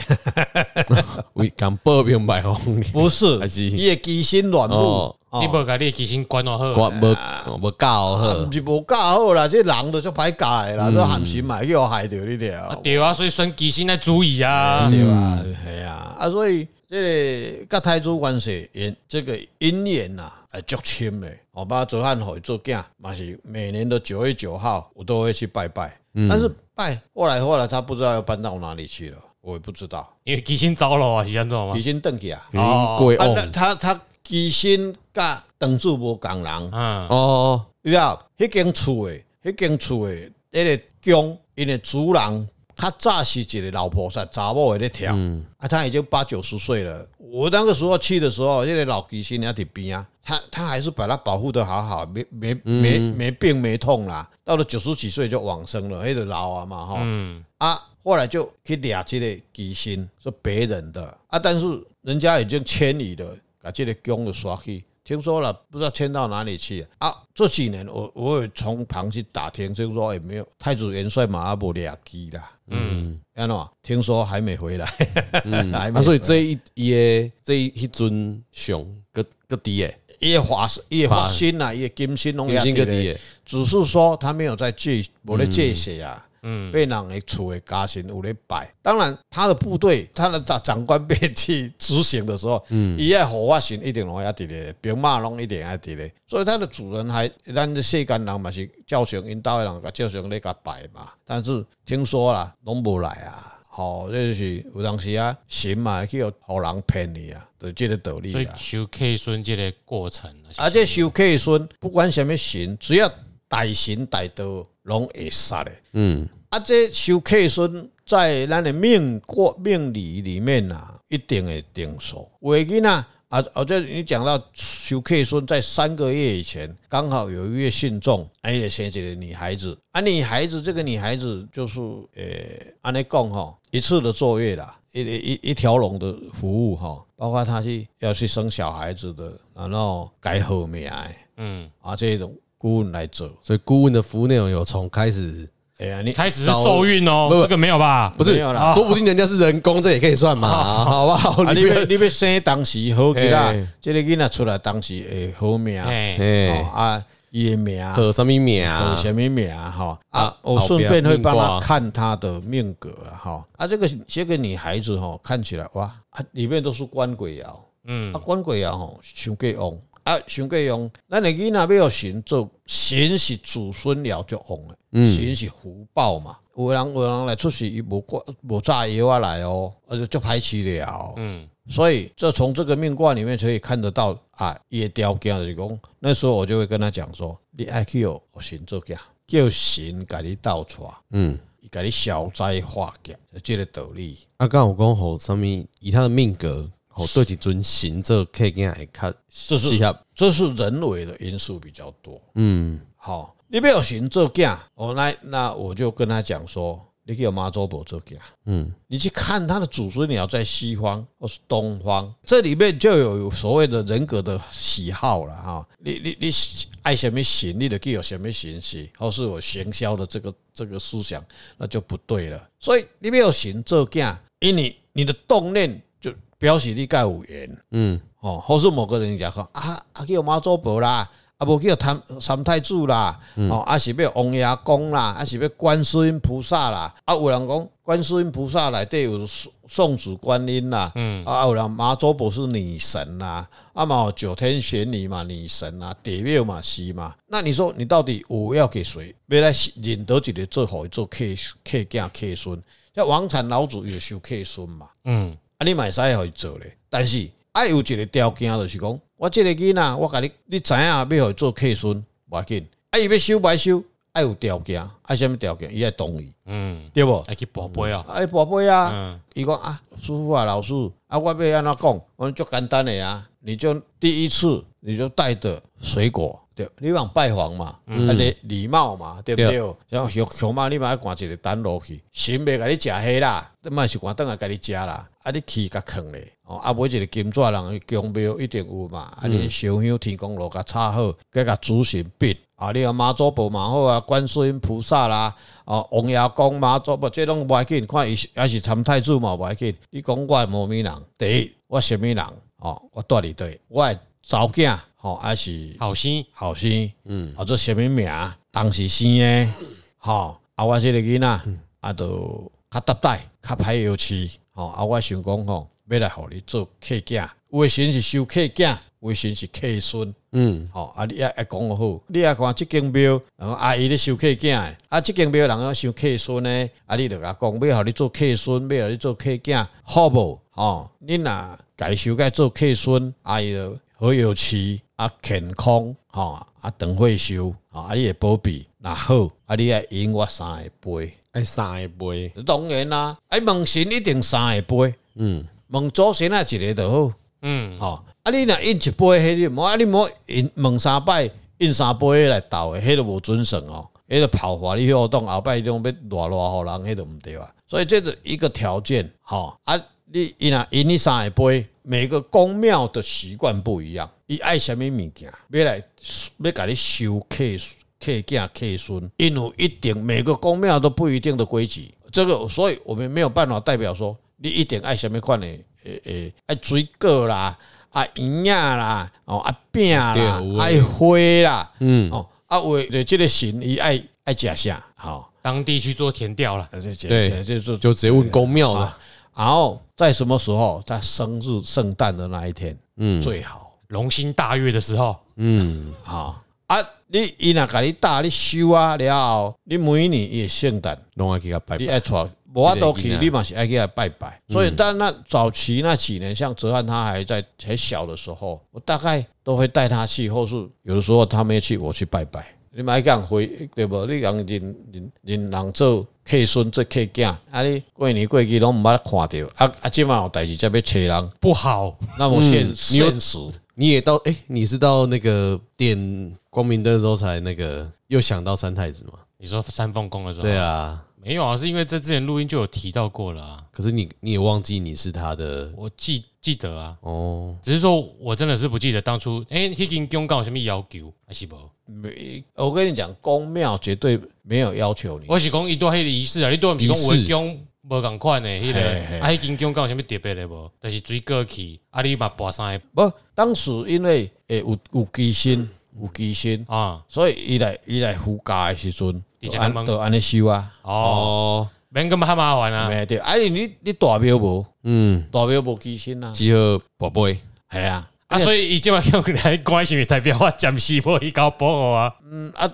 Speaker 3: 为讲报明白红，
Speaker 2: 不 是
Speaker 3: 还，是
Speaker 2: 伊的吉星乱
Speaker 3: 哦
Speaker 2: 舞，
Speaker 1: 你
Speaker 2: 哦，
Speaker 1: 无甲你的机心关落好，
Speaker 3: 我无无教
Speaker 2: 啊
Speaker 3: 呵
Speaker 2: 毋，是无教好啦，这人就足歹教的
Speaker 3: 嗯
Speaker 2: 啦，都含心嘛，叫我害着你
Speaker 1: 啊
Speaker 2: 了，
Speaker 1: 对啊，所以选机心来注意啊，
Speaker 2: 对吧？系啊，啊，所以这个甲太祖万岁因这个姻缘呐，啊，足深的。我爸左汉伊做囝，嘛是每年的九月九号，我都会去拜拜。但是拜后来后来，他不知道要搬到哪里去了，我也不知道。
Speaker 1: 因为机心走了啊，是安怎样嘛
Speaker 2: 提？心邓去
Speaker 1: 哦
Speaker 2: 啊，
Speaker 3: 已经过
Speaker 2: 啊，那
Speaker 3: 往
Speaker 2: 他他机身甲邓主无共人，
Speaker 1: 嗯，
Speaker 3: 哦，
Speaker 2: 你知道？迄间厝的，迄间厝的，迄个宫，因的主人较早是一个老婆萨查某的咧跳，啊，他已经八九十岁了。我那个时候去的时候，那个老吉星也在边啊，他他还是把他保护的好好，没没没没病没痛啦。到了九十几岁就往生了，那个老啊嘛哈，啊，后来就去俩这个机芯是别人的啊，但是人家已经迁移了，把这个弓就刷去。听说了，不知道迁到哪里去啊！啊这几年我我也从旁去打听，听说也没有太子元帅马阿伯俩机啦，嗯，安喏，听说还没回来， 还没
Speaker 3: 啊，所以
Speaker 2: 回来
Speaker 3: 这一伊的这一迄阵上个个低诶，
Speaker 2: 伊的华伊的华新啊，伊的金星拢
Speaker 3: 重
Speaker 2: 也
Speaker 3: 新个
Speaker 2: 伫
Speaker 3: 低
Speaker 2: 咧，
Speaker 3: 诶，
Speaker 2: 只是说他没有在借，无咧借血啊。嗯，被人的厝的家神有咧摆，当然他的部队，他的长长官被去执行的时候，嗯，伊爱火化神一定拢要伫咧，兵马拢一定爱伫咧，所以他的主人还咱这世间人嘛是照常因兜的人甲照常咧甲摆嘛，但是听说啦，拢无来啊，吼、这就是有当时啊，神嘛去互互人骗去啊，就即个道理
Speaker 1: 所以
Speaker 2: 啦。
Speaker 1: 修 K 孙这个过程，
Speaker 3: 啊
Speaker 2: 而且啊修客孙不管什么神，只要大神大道拢会杀的。
Speaker 3: 嗯，
Speaker 2: 啊，这修客孙在咱的命过命理里面呐、啊，一定会定数。为囡仔啊，啊，这你讲到修客孙，在三个月以前，刚好有一位信众，哎，也生一个女孩子。啊，女孩子这个女孩子就是，呃、安尼讲吼，一次的坐月啦。一一一一条龙的服务哈，包括他去要去生小孩子的，然后改好命的
Speaker 1: 嗯，
Speaker 2: 啊这种顾问来做。
Speaker 3: 所以顾问的服务内容有从开始，
Speaker 2: 哎呀，你
Speaker 1: 开始是受孕哦，这个没有吧？
Speaker 3: 不是
Speaker 2: 没有啦，
Speaker 3: 说不定人家是人工，这也可以算嘛，好不好？
Speaker 2: 啊，
Speaker 3: 哦你
Speaker 2: 你
Speaker 3: 不要
Speaker 2: 要你要生当时好起啦
Speaker 3: 嘿，
Speaker 2: 这个囡仔出来当时会好命，
Speaker 1: 哎，
Speaker 2: 哦
Speaker 3: 哎，
Speaker 2: 啊，伊的名，
Speaker 3: 何什么名啊
Speaker 2: 有？什么名哈？啊
Speaker 3: 啊，
Speaker 2: 我
Speaker 3: 后
Speaker 2: 顺
Speaker 3: 边
Speaker 2: 便会帮
Speaker 3: 命
Speaker 2: 他
Speaker 3: 卦
Speaker 2: 看他的命格啦哈。啊，这个这个女孩子哈，看起来哇，啊，里面都是官鬼爻，嗯，啊，官鬼爻吼，伤过旺。啊，伤过旺，咱的囡仔要有神做，神是子孙了就旺了，
Speaker 3: 嗯
Speaker 2: 神是福报嘛。有人有人来出世，伊无挂无炸药啊来哦，啊就就排斥了。
Speaker 1: 嗯，
Speaker 2: 所以这从这个命卦里面可以看得到啊，也雕件就是讲，那时候我就会跟他讲说，你爱去哦有神做件，叫神给你倒出，
Speaker 3: 嗯，
Speaker 2: 给你消灾化解，就这个道理。
Speaker 3: 啊，刚有讲吼，什么以他的命格，吼对一尊行这客囝会较
Speaker 2: 是
Speaker 3: 适合，
Speaker 2: 这是人为的因素比较多。
Speaker 3: 嗯，
Speaker 2: 好、你没有行做件，哦，那那我就跟他讲说，你去有妈祖婆做件，
Speaker 3: 嗯，
Speaker 2: 你去看他的祖孙鸟在西方或是东方，这里面就有所谓的人格的喜好了哈、你你你爱什么行，你的具有什么行息，或是有行销的这个这个思想，那就不对了。所以你没有行做件，因为你你的动念就表示你盖有缘，
Speaker 3: 嗯，
Speaker 2: 哦，或是某个人讲说啊啊，叫妈祖婆啦。啊，无叫三三太子啦，哦，啊是要王爷公啦，啊是要观世音菩萨啦，啊有人讲观世音菩萨内底有送送子观音啦，嗯，啊有人妈祖婆是女神啦，啊嘛有九天玄女嘛女神啦，地庙嘛是嘛，那你说你到底我要给谁？要来认得一个做好做客客囝客孙，像王禅老祖也收客孙嘛，
Speaker 1: 嗯，
Speaker 2: 啊，你嘛会使互伊做咧。但是爱有一个条件，就是讲，我即个囡仔，我甲你，你知影要互伊做客孙，无要紧。啊，伊要收白收，爱有条件，爱什物条件？伊爱同意，
Speaker 1: 嗯，
Speaker 2: 对无？
Speaker 1: 还去宝贝啊，
Speaker 2: 啊，你宝贝啊
Speaker 1: 嗯，
Speaker 2: 伊讲啊，师傅啊，老师啊，我要安怎讲？我说足简单的啊，你就第一次你就带着水果，对，你往拜访嘛，啊礼礼貌嘛，对不对？像熊熊猫，你嘛要赶一个单落去，神袂甲你食黑啦，你嘛是赶等下甲你食啦，啊你气甲囥咧，哦，啊买一个金纸人宫庙一定有嘛，啊你烧香天公炉甲插好，甲甲主神笔。啊，你啊妈祖婆嘛好啊，观世音菩萨啦，哦，王爷公妈祖婆，这拢无要紧，看伊是还是参太子嘛无要紧。你讲我系无物人，第一我什么人？哦，我住伫对，我的查某囝，吼、还是
Speaker 1: 好心，
Speaker 2: 后生，嗯，或者什么名，当时生的，吼、啊，我这个囡仔，啊，都较搭带，较歹摇饲，吼、啊，我想讲吼、要来互你做客囝，有的神是收客囝，有的神是客孙。
Speaker 3: 嗯，
Speaker 2: 吼、啊，你也爱讲好，你也看即间庙，然后阿姨咧收客囝的，啊，即间庙人咧收客孙呢，啊，你就甲讲，要互你做客孙，要互你做客囝，好无？吼、你若改修改做客孙，阿姨就好有气，啊，健康，吼、啊，长岁寿，吼、啊，你的保庇，若好，啊，你爱饮我三哎个杯。
Speaker 3: 爱三个杯，
Speaker 2: 当然啦、哎，问神一定三个杯，嗯，问祖神啊一个就好，嗯，吼、啊你若印一杯，迄你无啊你无印问三摆，印三杯来斗的，迄都无准算哦，迄个跑法律活动后摆种要偌偌互人，迄都毋对啊。所以这是一个条件，吼啊，你伊若因你三个杯，每个公庙的习惯不一样，伊爱什物物件，要来要甲你收客客囝客孙，因有一定每个公庙都不一定的规矩，这个所以我们没有办法代表说你一定爱什么款的，诶诶，爱水果啦，啊圆啊啦，哦啊饼
Speaker 3: 对
Speaker 2: 啦
Speaker 3: 有，的
Speaker 2: 爱花啦，
Speaker 3: 嗯，
Speaker 2: 哦啊为就这个神伊爱爱食啥，好，
Speaker 1: 当地去做田调了，
Speaker 2: 这这
Speaker 3: 对
Speaker 2: 这这就
Speaker 3: 就直接问公庙的，
Speaker 2: 然后在什么时候，他生日圣诞的那一天，嗯，最好。
Speaker 1: 龙心大悦的时候，
Speaker 3: 嗯，
Speaker 2: 啊啊！你伊若甲你搭你收啊了后，你每年伊圣诞，
Speaker 3: 拢爱去甲拜
Speaker 2: 你
Speaker 3: 拜。
Speaker 2: 爱带，无法度
Speaker 3: 这个
Speaker 2: 去
Speaker 3: 囡，仔嗯
Speaker 2: 你嘛是爱去来拜拜。所以，但那早期那几年，像哲翰他还在还小的时候，我大概都会带他去，或是有的时候他没去，我去拜拜。你嘛爱讲回对无？你讲人人人人做客孙做客囝，啊你过年过去拢毋捌看着，啊啊！即晚有代志才要找人，
Speaker 1: 不好，
Speaker 2: 那么现
Speaker 3: 嗯你有
Speaker 2: 现实。
Speaker 3: 你也到哎、你是到那个点光明灯的时候才那个又想到三太子吗？
Speaker 2: 啊
Speaker 1: 你说三凤宫的时候，
Speaker 3: 对啊，
Speaker 1: 没有啊，是因为这之前录音就有提到过了啊，
Speaker 3: 可是你你也忘记你是他的
Speaker 1: 我记记得啊，
Speaker 3: 哦，
Speaker 1: 只是说我真的是不记得当初，哎、迄间公告有什么要求还是无？
Speaker 2: 没，我跟你讲，公庙绝对没有要求你。
Speaker 1: 我是讲伊多迄个仪式啊，你多毋是讲
Speaker 3: 仪
Speaker 1: 文
Speaker 3: 式
Speaker 1: 宫无共款的迄
Speaker 2: 嘿嘿
Speaker 1: 个，啊，迄间宫有啥物特别的无？就是水果去，啊，你嘛跋三个
Speaker 2: 不，当时因为诶有有机心，有机心，
Speaker 1: 啊，
Speaker 2: 所以伊来伊来附加的时阵，
Speaker 1: 直
Speaker 2: 就
Speaker 1: 接
Speaker 2: 安
Speaker 1: 问
Speaker 2: 就安尼收啊。
Speaker 1: 哦，
Speaker 3: 哦，
Speaker 1: 免咁较麻烦啊，
Speaker 2: 哎对，啊你你你大庙无，
Speaker 3: 嗯，
Speaker 2: 大庙无机心啊，
Speaker 3: 集合宝贝，
Speaker 2: 系啊，
Speaker 1: 啊，所以伊即马向来关是毋是代表我暂时无去搞保护啊？
Speaker 2: 嗯啊，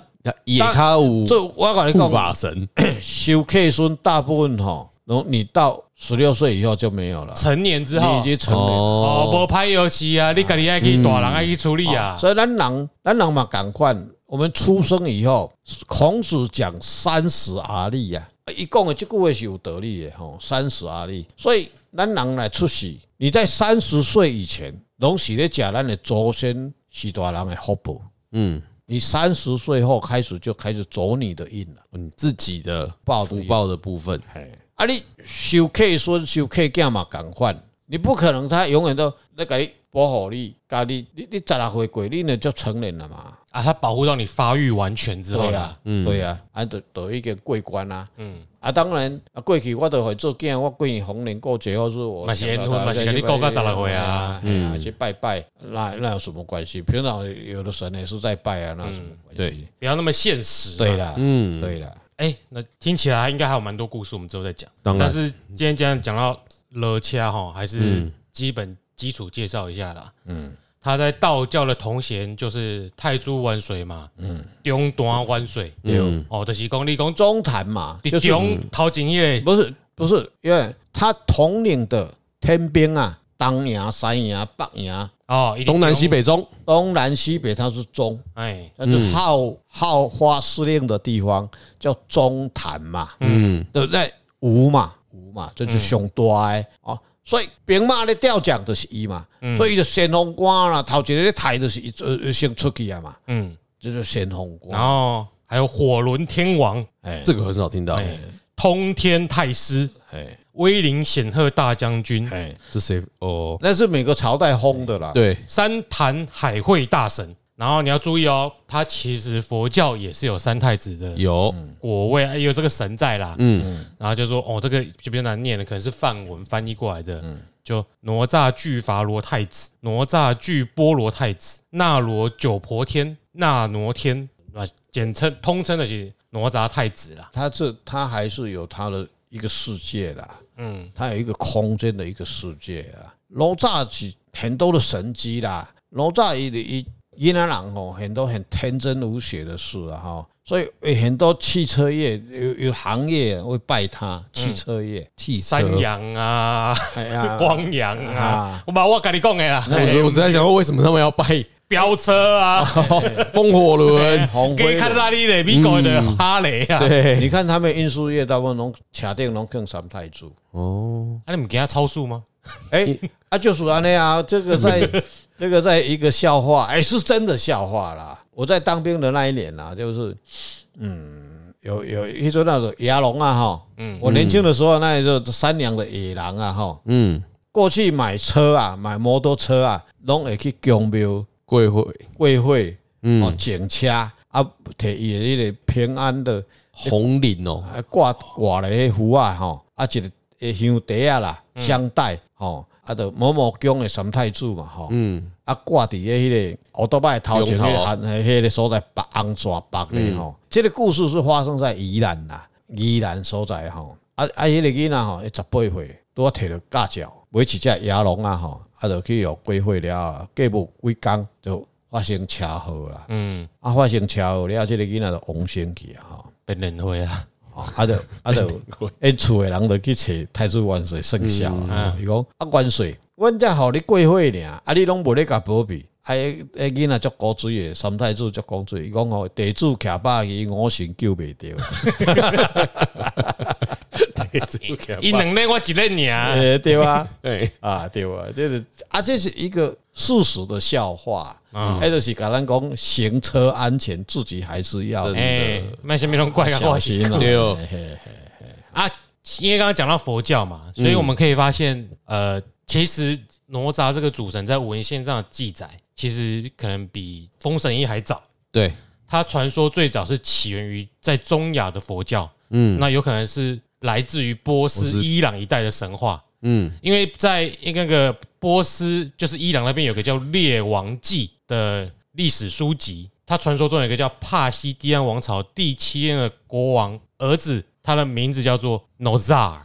Speaker 3: 野卡舞
Speaker 2: 这我甲你
Speaker 3: 护
Speaker 2: 讲，
Speaker 3: 法神，
Speaker 2: 收客孙大部分吼，然后你到十六岁以后就没有了，
Speaker 1: 成年之
Speaker 2: 你
Speaker 1: 后
Speaker 2: 已，经成年了。
Speaker 1: 哦，
Speaker 3: 哦，
Speaker 1: 无歹游戏啊，你家己爱去大人爱去处理啊，
Speaker 2: 所以咱人，咱人嘛赶快，我们出生以后，孔子讲三十而立呀、啊，一共的这句话是有道理的吼，三十而立。所以咱人来出世，你在三十岁以前，拢是咧食咱的祖先是大人的福报。
Speaker 3: 嗯，
Speaker 2: 你三十岁后开始就开始走你的运了。
Speaker 3: 你自己的
Speaker 2: 报的
Speaker 3: 福报的部分，
Speaker 2: 啊，你收客孙、收客囝嘛，共款。你不可能他永远都咧甲你保护你，甲你你你十六岁过，你呢就成人了嘛。
Speaker 1: 啊，它保护到你发育完全之后嗯
Speaker 2: 对
Speaker 1: 啦
Speaker 2: 啊，，对啊，啊，就就已经过关啊。嗯，啊，当然，啊，过去我都会做囝，我过年逢年过节或是我
Speaker 1: 嘛是
Speaker 2: 想
Speaker 1: 缘
Speaker 2: 到
Speaker 1: 分
Speaker 2: 大
Speaker 1: 嘛是
Speaker 2: 家
Speaker 1: 跟
Speaker 2: 去
Speaker 1: 你顾到
Speaker 2: 拜
Speaker 1: 十六岁啊，
Speaker 2: 哎呀去拜拜，那那有什么关系？平常有的神也是在拜啊，那有什么关系？
Speaker 1: 不要那么现实。
Speaker 2: 对，啦，
Speaker 3: 嗯，
Speaker 2: 对啦，
Speaker 1: 哎、那听起来应该还有蛮多故事，我们之后再讲。
Speaker 3: 当然
Speaker 1: 但是今天这样讲到勒掐哈，还
Speaker 3: 嗯
Speaker 1: 是基本基础介绍一下啦。嗯，他在道教的头衔就是太祖万岁嘛，嗯，中段万岁，
Speaker 2: 对，
Speaker 1: 哦，就是讲你讲中，
Speaker 2: 中坛嘛，
Speaker 1: 你
Speaker 2: 就是
Speaker 1: 中头前迄个
Speaker 3: 嗯
Speaker 2: 不是不是，因为他统领的天兵啊，东营、西营、北营、
Speaker 1: 哦，
Speaker 3: 东南西，北中，
Speaker 2: 东南西北，他是中。
Speaker 1: 哎，
Speaker 2: 那就好好花司令的地方叫中坛嘛，
Speaker 3: 嗯，
Speaker 2: 对不对？吴嘛，吴嘛，这就上大
Speaker 1: 嗯
Speaker 2: 诶哦。所以兵马咧调奖就是伊嘛，所以伊就先锋官啦，头一个咧抬就是伊呃先出去啊嘛，
Speaker 1: 嗯，
Speaker 2: 这就是先锋官
Speaker 1: 然。后还有火轮天王、
Speaker 2: 哎
Speaker 3: 这个很少听到，
Speaker 1: 哎通天太师、
Speaker 2: 哎
Speaker 1: 威灵显赫大将军、
Speaker 2: 哎，
Speaker 3: 这谁？哦，
Speaker 2: 那是每个朝代封
Speaker 1: 啊
Speaker 2: 的啦。
Speaker 3: 对，
Speaker 1: 三坛海会大神。然后你要注意哦，他其实佛教也是有三太子的
Speaker 3: 有，
Speaker 1: 果位，哎也有这个神在啦。
Speaker 3: 嗯，
Speaker 1: 然后就说哦，这个就比较难念了，可能是梵文翻译过来的。
Speaker 3: 嗯
Speaker 1: 就哪吒俱伐罗太子，哪吒俱波罗太子，那罗九婆天，那罗天，啊，简称通称的是哪吒太子啦。
Speaker 2: 他这他还是有他的一个世界啦，
Speaker 1: 嗯，
Speaker 2: 他有一个空间的一个世界啊。哪吒是很多的神机啦，哪吒伊的伊伊那人吼，哦很多很天真无邪的事啊哈，所以有很多汽车业有有行业会拜他，汽车业，
Speaker 3: 汽车，
Speaker 1: 山羊啊，
Speaker 2: 哎呀，
Speaker 1: 光羊啊
Speaker 2: 啊，
Speaker 1: 我把我跟你讲的啦，
Speaker 3: 我我只在想说，为什么他们要拜
Speaker 1: 飙车啊，
Speaker 3: 风火轮？
Speaker 2: 红
Speaker 1: 给
Speaker 2: 灰
Speaker 1: 你看
Speaker 2: 的。
Speaker 1: 到你的美国的
Speaker 3: 嗯
Speaker 1: 哈雷啊，
Speaker 3: 对，
Speaker 2: 你看他们运输业大部分拢卡定拢更三太子，
Speaker 3: 哦，
Speaker 1: 啊，你们给他超速吗？
Speaker 2: 哎、啊，就是安尼啊，这 个在这个在一个笑话，哎、是真的笑话啦。我在当兵的那一年啊，就是有有一种那个牙龙啊哈，我年轻的时候那时候三娘的野狼啊哈，
Speaker 3: 嗯，
Speaker 2: 过去买车啊，买摩托车啊，拢会去供庙
Speaker 3: 过会，
Speaker 2: 贵会哦
Speaker 3: 嗯，
Speaker 2: 警车啊，摕伊的迄个平安的
Speaker 3: 红领哦，
Speaker 2: 啊挂挂咧迄符啊吼，啊一个诶香袋啊啦，
Speaker 3: 嗯
Speaker 2: 香袋吼，啊着某某宫的三太子嘛吼，
Speaker 3: 嗯，
Speaker 2: 啊挂伫咧迄个奥多拜头前迄
Speaker 3: 中头
Speaker 2: 个
Speaker 3: 啊嗯
Speaker 2: 红迄个所在白红线白咧吼，即个故事是发生在宜兰啦，宜兰所在吼，啊啊迄个囡仔吼，伊十八岁，拄啊摕着驾照，买一只野狼啊吼，啊着去互规岁了后，过无几工就发生车祸啦，
Speaker 1: 嗯，
Speaker 2: 啊发生车祸了，即个囡仔就亡身去啊吼。
Speaker 1: 被冷灰啊，
Speaker 2: 哦啊就啊就，因厝诶人就去找太子元帅算账啊。伊讲啊元帅，阮才互你过火尔，啊你拢无咧甲保庇。啊，迄迄囡仔足古锥诶，三太子足古锥，伊讲吼，地主徛百去，五神救袂着。
Speaker 1: 哎一两类我一类尔，
Speaker 2: 诶，对啊，
Speaker 3: 哎，
Speaker 2: 啊对啊，这是啊，这是一个事实的笑话。啊，就是甲咱讲行车安全，自己还是要
Speaker 1: 哎，卖什么拢怪我
Speaker 2: 小心啊。
Speaker 3: 对哦
Speaker 1: 哎
Speaker 2: 嘿嘿嘿
Speaker 1: 啊，因为刚刚讲到佛教嘛，所以我们可以发现，呃，其实哪吒这个主神在文献上的记载，其实可能比《封神一》还早。
Speaker 3: 对，
Speaker 1: 它传说最早是起源于在中亚的佛教，嗯，那有可能是来自于波斯、伊朗一带的神话，
Speaker 3: 嗯，
Speaker 1: 因为在那个波斯，就是伊朗那边有个叫《列王纪》的历史书籍，它传说中有一个叫帕西蒂安王朝第七任的国王儿子，他的名字叫做 Nozar，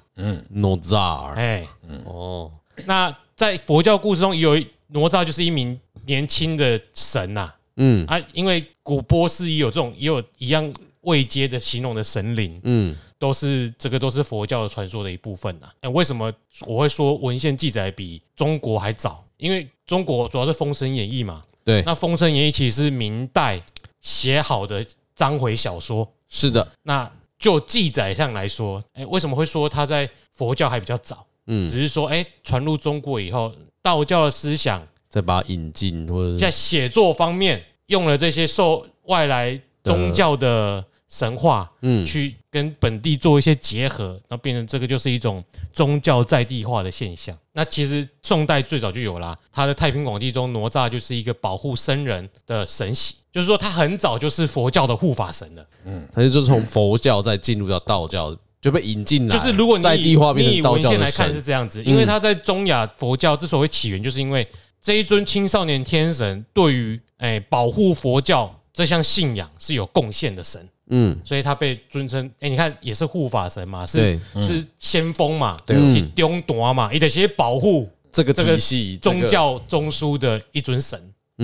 Speaker 3: 哪吒，
Speaker 1: 哎，
Speaker 3: 哦，
Speaker 1: 那在佛教故事中，也有一哪吒就是一名年轻的神呐、
Speaker 3: 嗯
Speaker 1: 啊，因为古波斯也有这种，也有一样未接的形容的神灵，
Speaker 3: 嗯，
Speaker 1: 都是这个都是佛教的传说的一部分呐、哎为什么我会说文献记载比中国还早？因为中国主要是《封神演义》嘛，
Speaker 3: 对，
Speaker 1: 那《封神演义》其实是明代写好的章回小说，
Speaker 3: 是的，
Speaker 1: 那就记载上来说，哎、为什么会说它在佛教还比较早？
Speaker 3: 嗯
Speaker 1: 只是说，哎、传入中国以后，道教的思想
Speaker 3: 再把它引进或者
Speaker 1: 在写作方面用了这些受外来宗教的神话，
Speaker 3: 嗯
Speaker 1: 去跟本地做一些结合，然后变成这个就是一种宗教在地化的现象。那其实宋代最早就有啦，他的《太平广记》中，哪吒就是一个保护僧人的神喜，就是说他很早就是佛教的护法神了。
Speaker 3: 它就是从佛教再进入到道教，就被引进来，
Speaker 1: 就是如果你以
Speaker 3: 在地化变
Speaker 1: 你以
Speaker 3: 成道
Speaker 1: 文
Speaker 3: 教
Speaker 1: 献
Speaker 3: 的
Speaker 1: 来看是
Speaker 3: 神，嗯
Speaker 1: 这样子，因为他在中亚佛教之所以起源，就是因为这一尊青少年天神对于哎保护佛教这项信仰是有贡献的神，
Speaker 3: 嗯，
Speaker 1: 所以他被尊称哎，你看也是护法神嘛，是
Speaker 3: 对
Speaker 1: 是先锋嘛，
Speaker 3: 对
Speaker 1: 是中夺嘛，也得先保护
Speaker 3: 这个
Speaker 1: 这个嗯
Speaker 3: 体系
Speaker 1: 宗，教中枢的一尊神，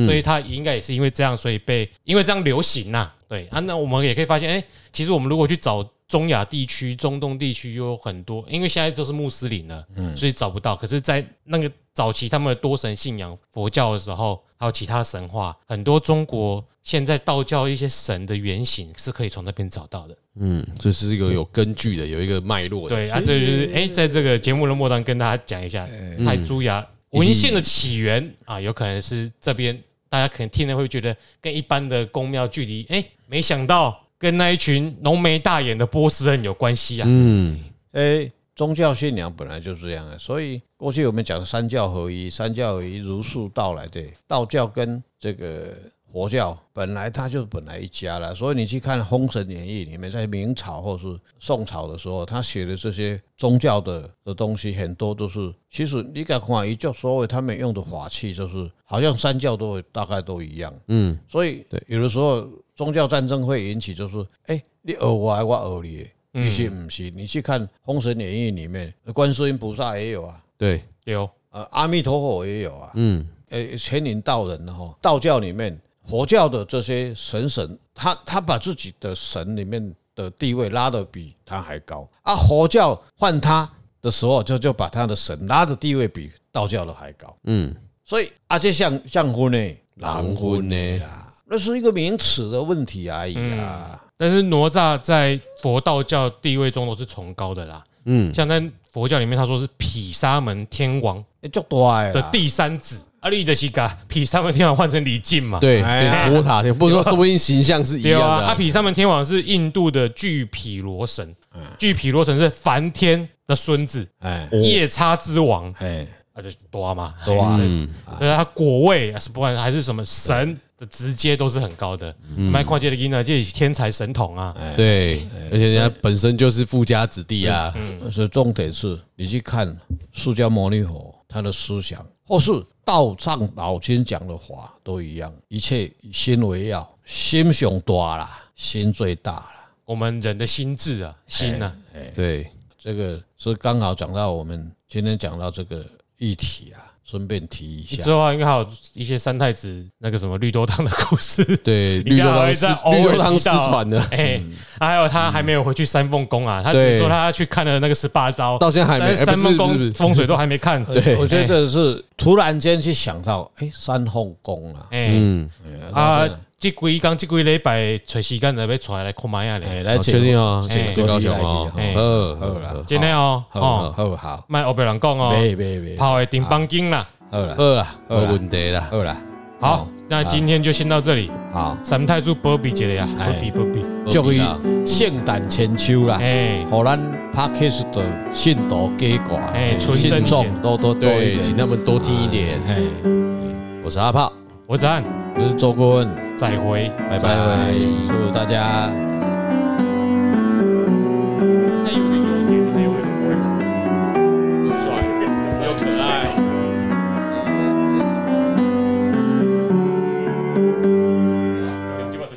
Speaker 1: 所以他应该也是因为这样，所以被因为这样流行呐、对啊，那我们也可以发现，哎、其实我们如果去找中亚地区、中东地区，有很多，因为现在都是穆斯林了，所以找不到。可是，在那个早期他们的多神信仰佛教的时候，还有其他神话，很多中国现在道教一些神的原型是可以从那边找到的。
Speaker 3: 这个嗯，这是一个有根据的，有一个脉络的，
Speaker 1: 对啊，这就是哎、在这个节目的末端跟大家讲一下
Speaker 3: 嗯
Speaker 1: 泰铢牙文献的起源啊，有可能是这边大家可能听了会觉得跟一般的宫庙距离，哎、没想到跟那一群浓眉大眼的波斯人有关系啊。
Speaker 3: 嗯，
Speaker 2: 诶、哎宗教信仰本来就是这样的，所以过去我们讲三教合一，三教合一如数道来的，道教跟这个佛教本来它就本来一家了，所以你去看《封神演义》里面，在明朝或是宋朝的时候，他写的这些宗教的的东西，很多都是其实你敢看，一就所谓他们用的法器，就是好像三教都会大概都一样，
Speaker 3: 嗯，
Speaker 2: 所以
Speaker 3: 对
Speaker 2: 有的时候宗教战争会引起就是，哎、你讹我的，我讹你的。
Speaker 3: 嗯
Speaker 2: 其实不是，你去看《封神演义》里面，观世音菩萨也有啊，
Speaker 3: 对，
Speaker 1: 有
Speaker 2: 呃，阿弥陀佛也有啊，
Speaker 3: 嗯，
Speaker 2: 呃，牵引道人的哈，道教里面佛教的这些神神，他他把自己的神里面的地位拉得比他还高啊，佛教换他的时候，就就把他的神拉的地位比道教的还高，
Speaker 3: 嗯，
Speaker 2: 所以啊，这像像婚呢，
Speaker 3: 狼婚呢
Speaker 2: 啦，那是一个名词的问题而已啊。
Speaker 1: 但是哪吒在佛道教地位中都是崇高的啦。
Speaker 3: 嗯
Speaker 1: 像在佛教里面，他说是毗沙门天王
Speaker 2: 诶，足大诶
Speaker 1: 的
Speaker 2: 啦，
Speaker 1: 第三子，啊啊，你就是把比三门天王换成李靖嘛，
Speaker 3: 对，
Speaker 2: 哎呀
Speaker 3: 变托塔天，不是说说不定形象是一
Speaker 1: 对
Speaker 3: 样
Speaker 1: 啊，
Speaker 3: 的
Speaker 1: 阿
Speaker 3: 啊。
Speaker 1: 毗沙门天王是印度的巨毗罗神，巨毗罗神是梵天的孙子，
Speaker 2: 哎
Speaker 3: 哦
Speaker 1: 夜叉之王，
Speaker 2: 哎，
Speaker 1: 啊，就多嘛，
Speaker 2: 对吧？
Speaker 1: 对啊，他果位啊是不管还是什么神的直接都是很高的。麦矿界的婴儿，这也是天才神童
Speaker 3: 嗯
Speaker 1: 啊，
Speaker 3: 哎对，而且人家本身就是富家子弟啊，
Speaker 1: 嗯
Speaker 2: 所以重点是你去看释迦牟尼佛他的思想，或是道藏老君讲的话都一样，一切以心为要，心胸大啦，心最大啦。
Speaker 1: 我们人的心智
Speaker 3: 哎
Speaker 1: 啊，心啊，
Speaker 3: 对，
Speaker 2: 这个是刚好讲到我们今天讲到这个议题啊，顺便提一下
Speaker 1: 之。后啊应该还有一些三太子那个什么绿豆汤的故事。
Speaker 3: 嗯对，
Speaker 1: 应
Speaker 3: 绿
Speaker 1: 该
Speaker 3: 豆
Speaker 1: 还
Speaker 3: 汤
Speaker 1: 会
Speaker 3: 失
Speaker 1: 再偶尔
Speaker 3: 绿豆汤
Speaker 1: 提
Speaker 3: 失
Speaker 1: 到
Speaker 3: 传了，
Speaker 1: 哎，还有他还没有回去三凤宫啊，他只是
Speaker 3: 对
Speaker 1: 说他去看了那个十八招，
Speaker 3: 到现在还没
Speaker 1: 但是三凤
Speaker 3: 哎不是不是
Speaker 1: 宫
Speaker 3: 不是
Speaker 1: 风水都还没看。哎
Speaker 3: 对
Speaker 2: 我觉得是突然间去想到，哎，三后宫啊，
Speaker 1: 哎
Speaker 3: 嗯，
Speaker 1: 啊，这几刚这几礼拜找时间来要出来看卖啊嘞。
Speaker 2: 哎，来
Speaker 3: 确定啊，
Speaker 1: 哎
Speaker 3: 最高雄
Speaker 2: 哦
Speaker 3: 哦，，
Speaker 1: 哎
Speaker 3: 呃，
Speaker 2: 好
Speaker 3: 好
Speaker 2: 啦
Speaker 3: 了，
Speaker 1: 真的哦，
Speaker 2: 好
Speaker 1: 哦，
Speaker 2: 好好，
Speaker 1: 卖欧北人讲哦，
Speaker 2: 别别别，好
Speaker 1: 跑的顶帮金啦。
Speaker 2: 了
Speaker 3: 二啦，
Speaker 2: 好啦
Speaker 3: 没问题啦，
Speaker 2: 好了，
Speaker 1: 好，那今天就先到这里。
Speaker 2: 好，
Speaker 1: 三太子保庇一下啊，保
Speaker 2: 哎
Speaker 1: 庇保庇。
Speaker 2: 祝
Speaker 3: 没问题
Speaker 2: 伊
Speaker 3: 啦
Speaker 2: 圣诞千秋啦。
Speaker 1: 哎，
Speaker 2: 互咱 p a r k e s 的信徒加挂
Speaker 1: 哎，纯
Speaker 2: 信
Speaker 1: 正一
Speaker 2: 众
Speaker 1: 点
Speaker 2: 多多多一
Speaker 3: 对，请
Speaker 2: 点。
Speaker 3: 他们多听一点。
Speaker 2: 哎，
Speaker 3: 我是阿炮，
Speaker 1: 我子安，
Speaker 2: 我是周顾问，
Speaker 1: 再会。
Speaker 3: 拜
Speaker 2: 拜拜
Speaker 3: 拜。，
Speaker 2: 祝大家